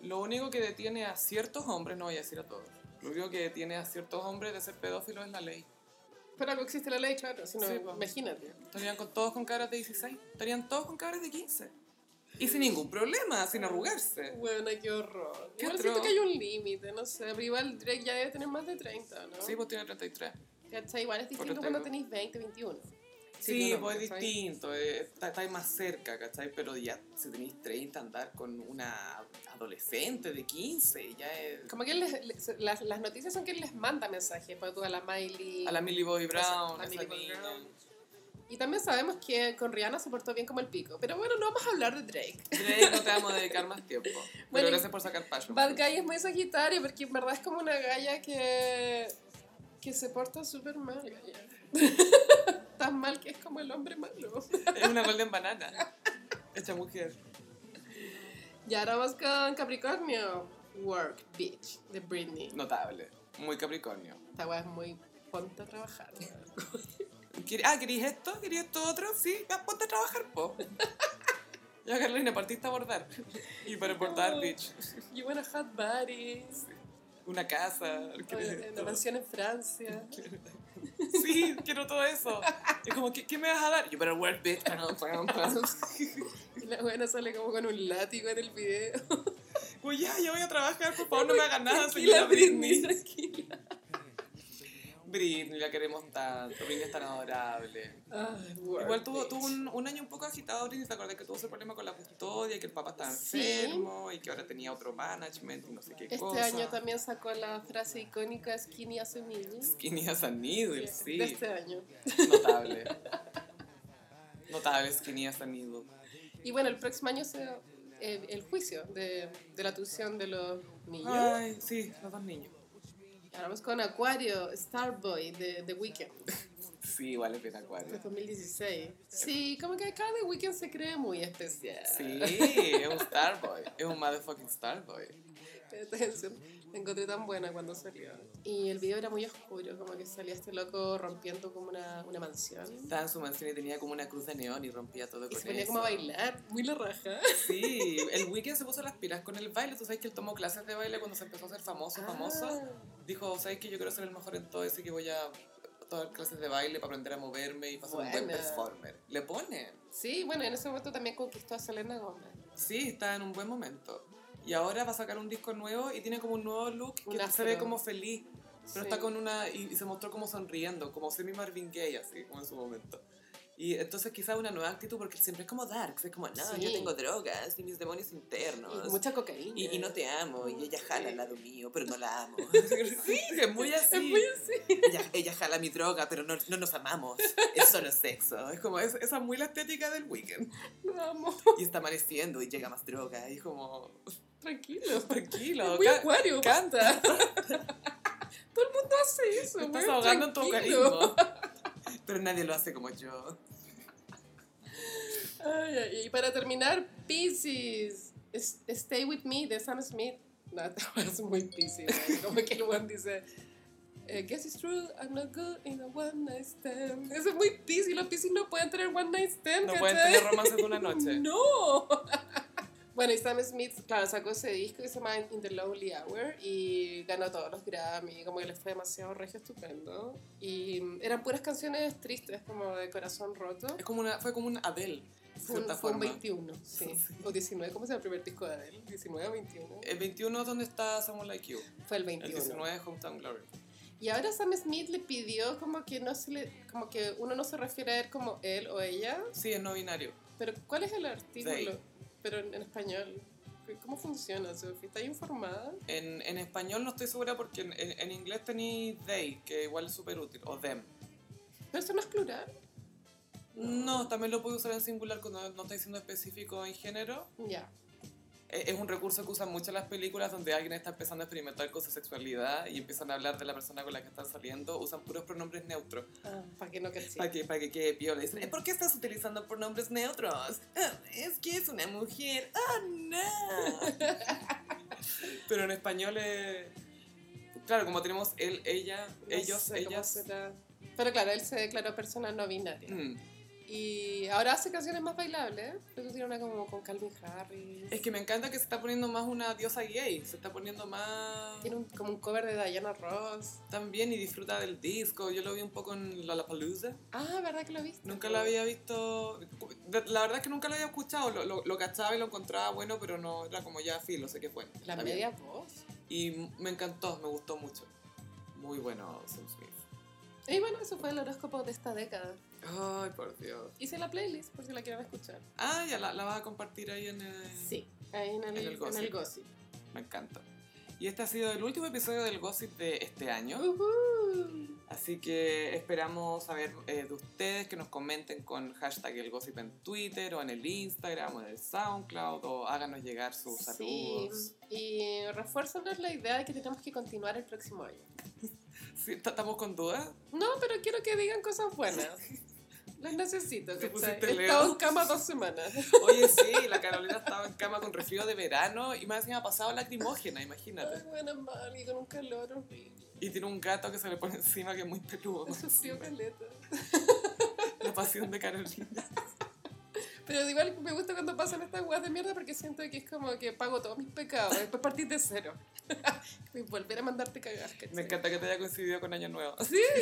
A: Lo único que detiene a ciertos hombres, no voy a decir a todos, lo único que detiene a ciertos hombres de ser pedófilos es la ley.
B: Pero algo existe la ley, claro. Si no,
A: Sí, pues.
B: imagínate.
A: Estarían con, todos con cabras de 16, estarían todos con cabras de 15. Y sin ningún problema, sin arrugarse.
B: Bueno, qué horror.
A: Qué
B: Igual
A: atroz.
B: siento que hay un límite, no sé. Pero igual Drake ya debe tener más de 30, ¿no?
A: Sí, pues tiene 33.
B: ¿Cachai? Igual es distinto
A: tengo.
B: cuando tenéis 20, 21.
A: Sí,
B: no, no,
A: pues es
B: ¿cachai?
A: distinto, eh, está- estáis más cerca, ¿cachai? Pero ya si tenéis 30, andar con una adolescente de 15, ya es...
B: Como que les- les- las, las noticias son que él les manda mensajes, pues tú a la Miley.
A: A la Millie Bobby Brown,
B: a
A: esa
B: Millie Bobby
A: niña.
B: Brown. Y también sabemos que con Rihanna se portó bien como el pico. Pero bueno, no vamos a hablar de Drake.
A: Drake, no te vamos a dedicar más tiempo.
B: Bueno,
A: pero
B: y-
A: gracias por sacar passion.
B: Bad Guy es muy sagitario porque en verdad es como una galla que, que se porta súper mal. galla. Tan mal que es como el hombre malo.
A: Es una golden banana. Hecha mujer.
B: Y ahora vamos con Capricornio. Work, bitch, de Britney.
A: Notable. Muy Capricornio.
B: Esta weá es muy ponte a trabajar. weón.
A: ¿Quer- Ah, ¿querías esto? ¿Querías esto otro? Sí, ya ponte a trabajar, po. Ya, Carolina, partiste a bordar. Y para bordar, bitch.
B: You wanna have bodies.
A: Una casa. ¿quieres
B: Oye, Una
A: todo?
B: mansión en Francia.
A: Sí, quiero todo eso. Es como, ¿qué, qué me vas a dar? You better work, bitch.
B: Y la buena sale como con un látigo en el video.
A: Pues ya, ya voy a trabajar, por favor, no me hagas nada,
B: tranquila,
A: señora
B: Britney,
A: Britney.
B: tranquila.
A: Britney, la queremos tanto. Britney es tan adorable.
B: Ay, work,
A: Igual tuvo,
B: bitch.
A: tuvo un, un año un poco agitado, Britney, ¿te acuerdas que tuvo ese problema con la custodia, que el papá estaba
B: Sí.
A: enfermo y que ahora tenía otro management y no sé qué
B: Este
A: cosa?
B: año también sacó la frase icónica Skinny as a Mini.
A: Skinny as a needle, sí.
B: De este año.
A: Notable. Notable Skinny as a needle.
B: Y bueno, el próximo año se, eh, el juicio de, de la tuición de los niños.
A: Ay, sí, los dos niños.
B: Ahora vamos con Acuario, Starboy de The Weeknd,
A: Sí, igual es bien
B: de
A: acuario.
B: 2016. Sí, como que acá The Weeknd se cree muy especial.
A: Sí, es un Starboy. Es un motherfucking Starboy.
B: Esta canción la encontré tan buena cuando salió. Y el video era muy oscuro, como que salía este loco rompiendo como una, una mansión.
A: Estaba en su mansión y tenía como una cruz de neón y rompía todo
B: Y
A: con
B: se ponía
A: eso.
B: como a bailar, muy la raja.
A: Sí, el weekend se puso las pilas con el baile. Tú sabes que él tomó clases de baile cuando se empezó a ser famoso, famoso.
B: Ah.
A: Dijo, ¿sabes que Yo quiero ser el mejor en todo eso y que voy a tomar clases de baile para aprender a moverme y para ser un buen
B: Buena.
A: performer. Le pone.
B: Sí, bueno, en ese momento también conquistó a Selena Gómez.
A: Sí, está en un buen momento. Y ahora va a sacar un disco nuevo y tiene como un nuevo look que
B: Un
A: se
B: afro.
A: ve como feliz. Pero
B: Sí.
A: está con una... Y, y se mostró como sonriendo, como semi Marvin Gaye, así, como en su momento. Y entonces quizá una nueva actitud, porque siempre es como dark, es como, no,
B: Sí.
A: yo tengo drogas y mis demonios
B: Y
A: internos.
B: mucha cocaína.
A: Y, y no te amo, y ella jala al lado mío, pero no la amo. Sí, es muy así.
B: Es muy así.
A: Ella, ella jala mi droga, pero no, no nos amamos. Es solo sexo. Es como, es- esa es muy la estética del weekend.
B: Lo amo.
A: Y está amaneciendo y llega más droga. Y es como,
B: Tranquilo.
A: tranquilo.
B: Es muy
A: ca-
B: acuario, canta. Todo el mundo hace eso.
A: te estás
B: weón,
A: ahogando en tu
B: tranquilo.
A: cariño. Pero nadie lo hace como yo.
B: Ay, ay, y para terminar, Pisces. Es- Stay with me de Sam Smith. No, es muy Pisces. weón. Como que el one dice. eh, guess it's true, I'm not good in a one night stand. Eso es muy Pisces. Los Pisces no pueden tener one night stand.
A: No pueden
B: ¿cachai?
A: tener romances de una noche.
B: No. Bueno, y Sam Smith, claro, sacó ese disco que se llama In the Lonely Hour y ganó todos los Grammy, como que les fue demasiado regio estupendo. Y mm, eran puras canciones tristes, como de corazón roto.
A: Es como una, fue como un Adele, de
B: Fue un,
A: cierta
B: fue un
A: forma.
B: 21, sí. O 19, ¿cómo se llama el primer disco de Adele? 19 o 21.
A: El 21 es donde está Someone Like You.
B: Fue el
A: Eh, El
B: 21.
A: 19 es Hometown Glory.
B: Y ahora Sam Smith le pidió como que no se le, como que uno no se refiere a él como él o ella,
A: Sí, es no binario.
B: Pero, ¿cuál es el artículo?
A: They.
B: Pero en, en español. ¿Cómo funciona, Sophie? ¿Estás informada?
A: En, en español no estoy segura porque en, en- en inglés tenéis they, que igual es súper útil, o them.
B: Pero eso no es plural.
A: No, también lo puedo usar en singular cuando no estoy siendo específico en género.
B: Ya.
A: e- es un recurso que usan mucho las películas donde alguien está empezando a experimentar con su sexualidad y empiezan a hablar de la persona con la que están saliendo, usan puros pronombres neutros.
B: para que no caché.
A: Ah. Para que, para que quede piola. Dicen, "Eh, ¿por qué estás utilizando pronombres neutros? "Ah, Es que es una mujer. ¡Oh, no! Pero en español es... Claro, como tenemos él, ella,
B: No
A: ellos,
B: sé cómo
A: ellas...
B: será. Pero claro, él se declaró persona no binaria.
A: Mm.
B: Y ahora hace canciones más bailables. Creo que tiene una como con Calvin Harris.
A: Es que me encanta que se está poniendo más una diosa gay, se está poniendo más...
B: Tiene un- como un cover de Diana Ross.
A: También y disfruta del disco. Yo lo vi un poco en Lollapalooza.
B: Ah, ¿verdad que lo viste?
A: Nunca lo había visto... de- La verdad es que nunca lo había escuchado. Lo, lo, lo cachaba y lo encontraba bueno, pero no era como ya filo, sé que fue.
B: La
A: Está bien.
B: media voz.
A: Y me encantó, me gustó mucho. Muy bueno, Sam Smith.
B: Y bueno, eso fue el horóscopo de esta década.
A: Ay, por Dios.
B: Hice la playlist por si la quieren escuchar.
A: Ah, ya la, la vas a compartir ahí en el...
B: Ahí en el,
A: En el
B: en el
A: gossip.
B: gossip.
A: Me encanta. Y este ha sido el último episodio del Gossip de este año.
B: Ujú.
A: Así que esperamos saber eh, de ustedes que nos comenten con hashtag el gossip en Twitter o en el Instagram o en el SoundCloud o háganos llegar sus
B: Sí.
A: saludos.
B: Y refuérzanos la idea de que tenemos que continuar el próximo año.
A: Sí, ¿t- ¿Estamos con dudas?
B: No, pero quiero que digan cosas buenas. Las necesito,
A: Te
B: ¿cachai?
A: pusiste
B: He
A: Leo.
B: estado en cama dos semanas.
A: Oye, sí, la Carolina estaba en cama con resfrío de verano y más encima ha pasado lacrimógena,
B: Ay,
A: imagínate.
B: buena mal, y con un calor horrible.
A: Y tiene un gato que se le pone encima que es muy peludo.
B: He sufrido caleta.
A: La pasión de Carolina.
B: Pero igual me gusta cuando pasan estas weas de mierda porque siento que es como que pago todos mis pecados. Después partís de cero. Y volver a mandarte cagar, ¿cachai?
A: Me encanta que te haya coincidido con Año Nuevo.
B: Sí.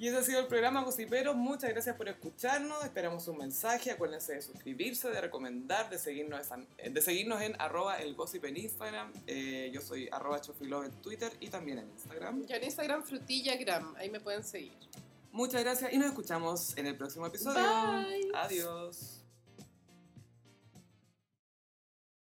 A: Y ese ha sido el programa Gossiperos. Muchas gracias por escucharnos. Esperamos un mensaje. Acuérdense de suscribirse, de recomendar, de seguirnos en, de seguirnos en arroba el gossip en Instagram. Eh, yo soy arroba chofilove en Twitter y también en Instagram.
B: Yo en Instagram frutillagram, ahí me pueden seguir.
A: Muchas gracias y nos escuchamos en el próximo episodio.
B: Bye.
A: Adiós.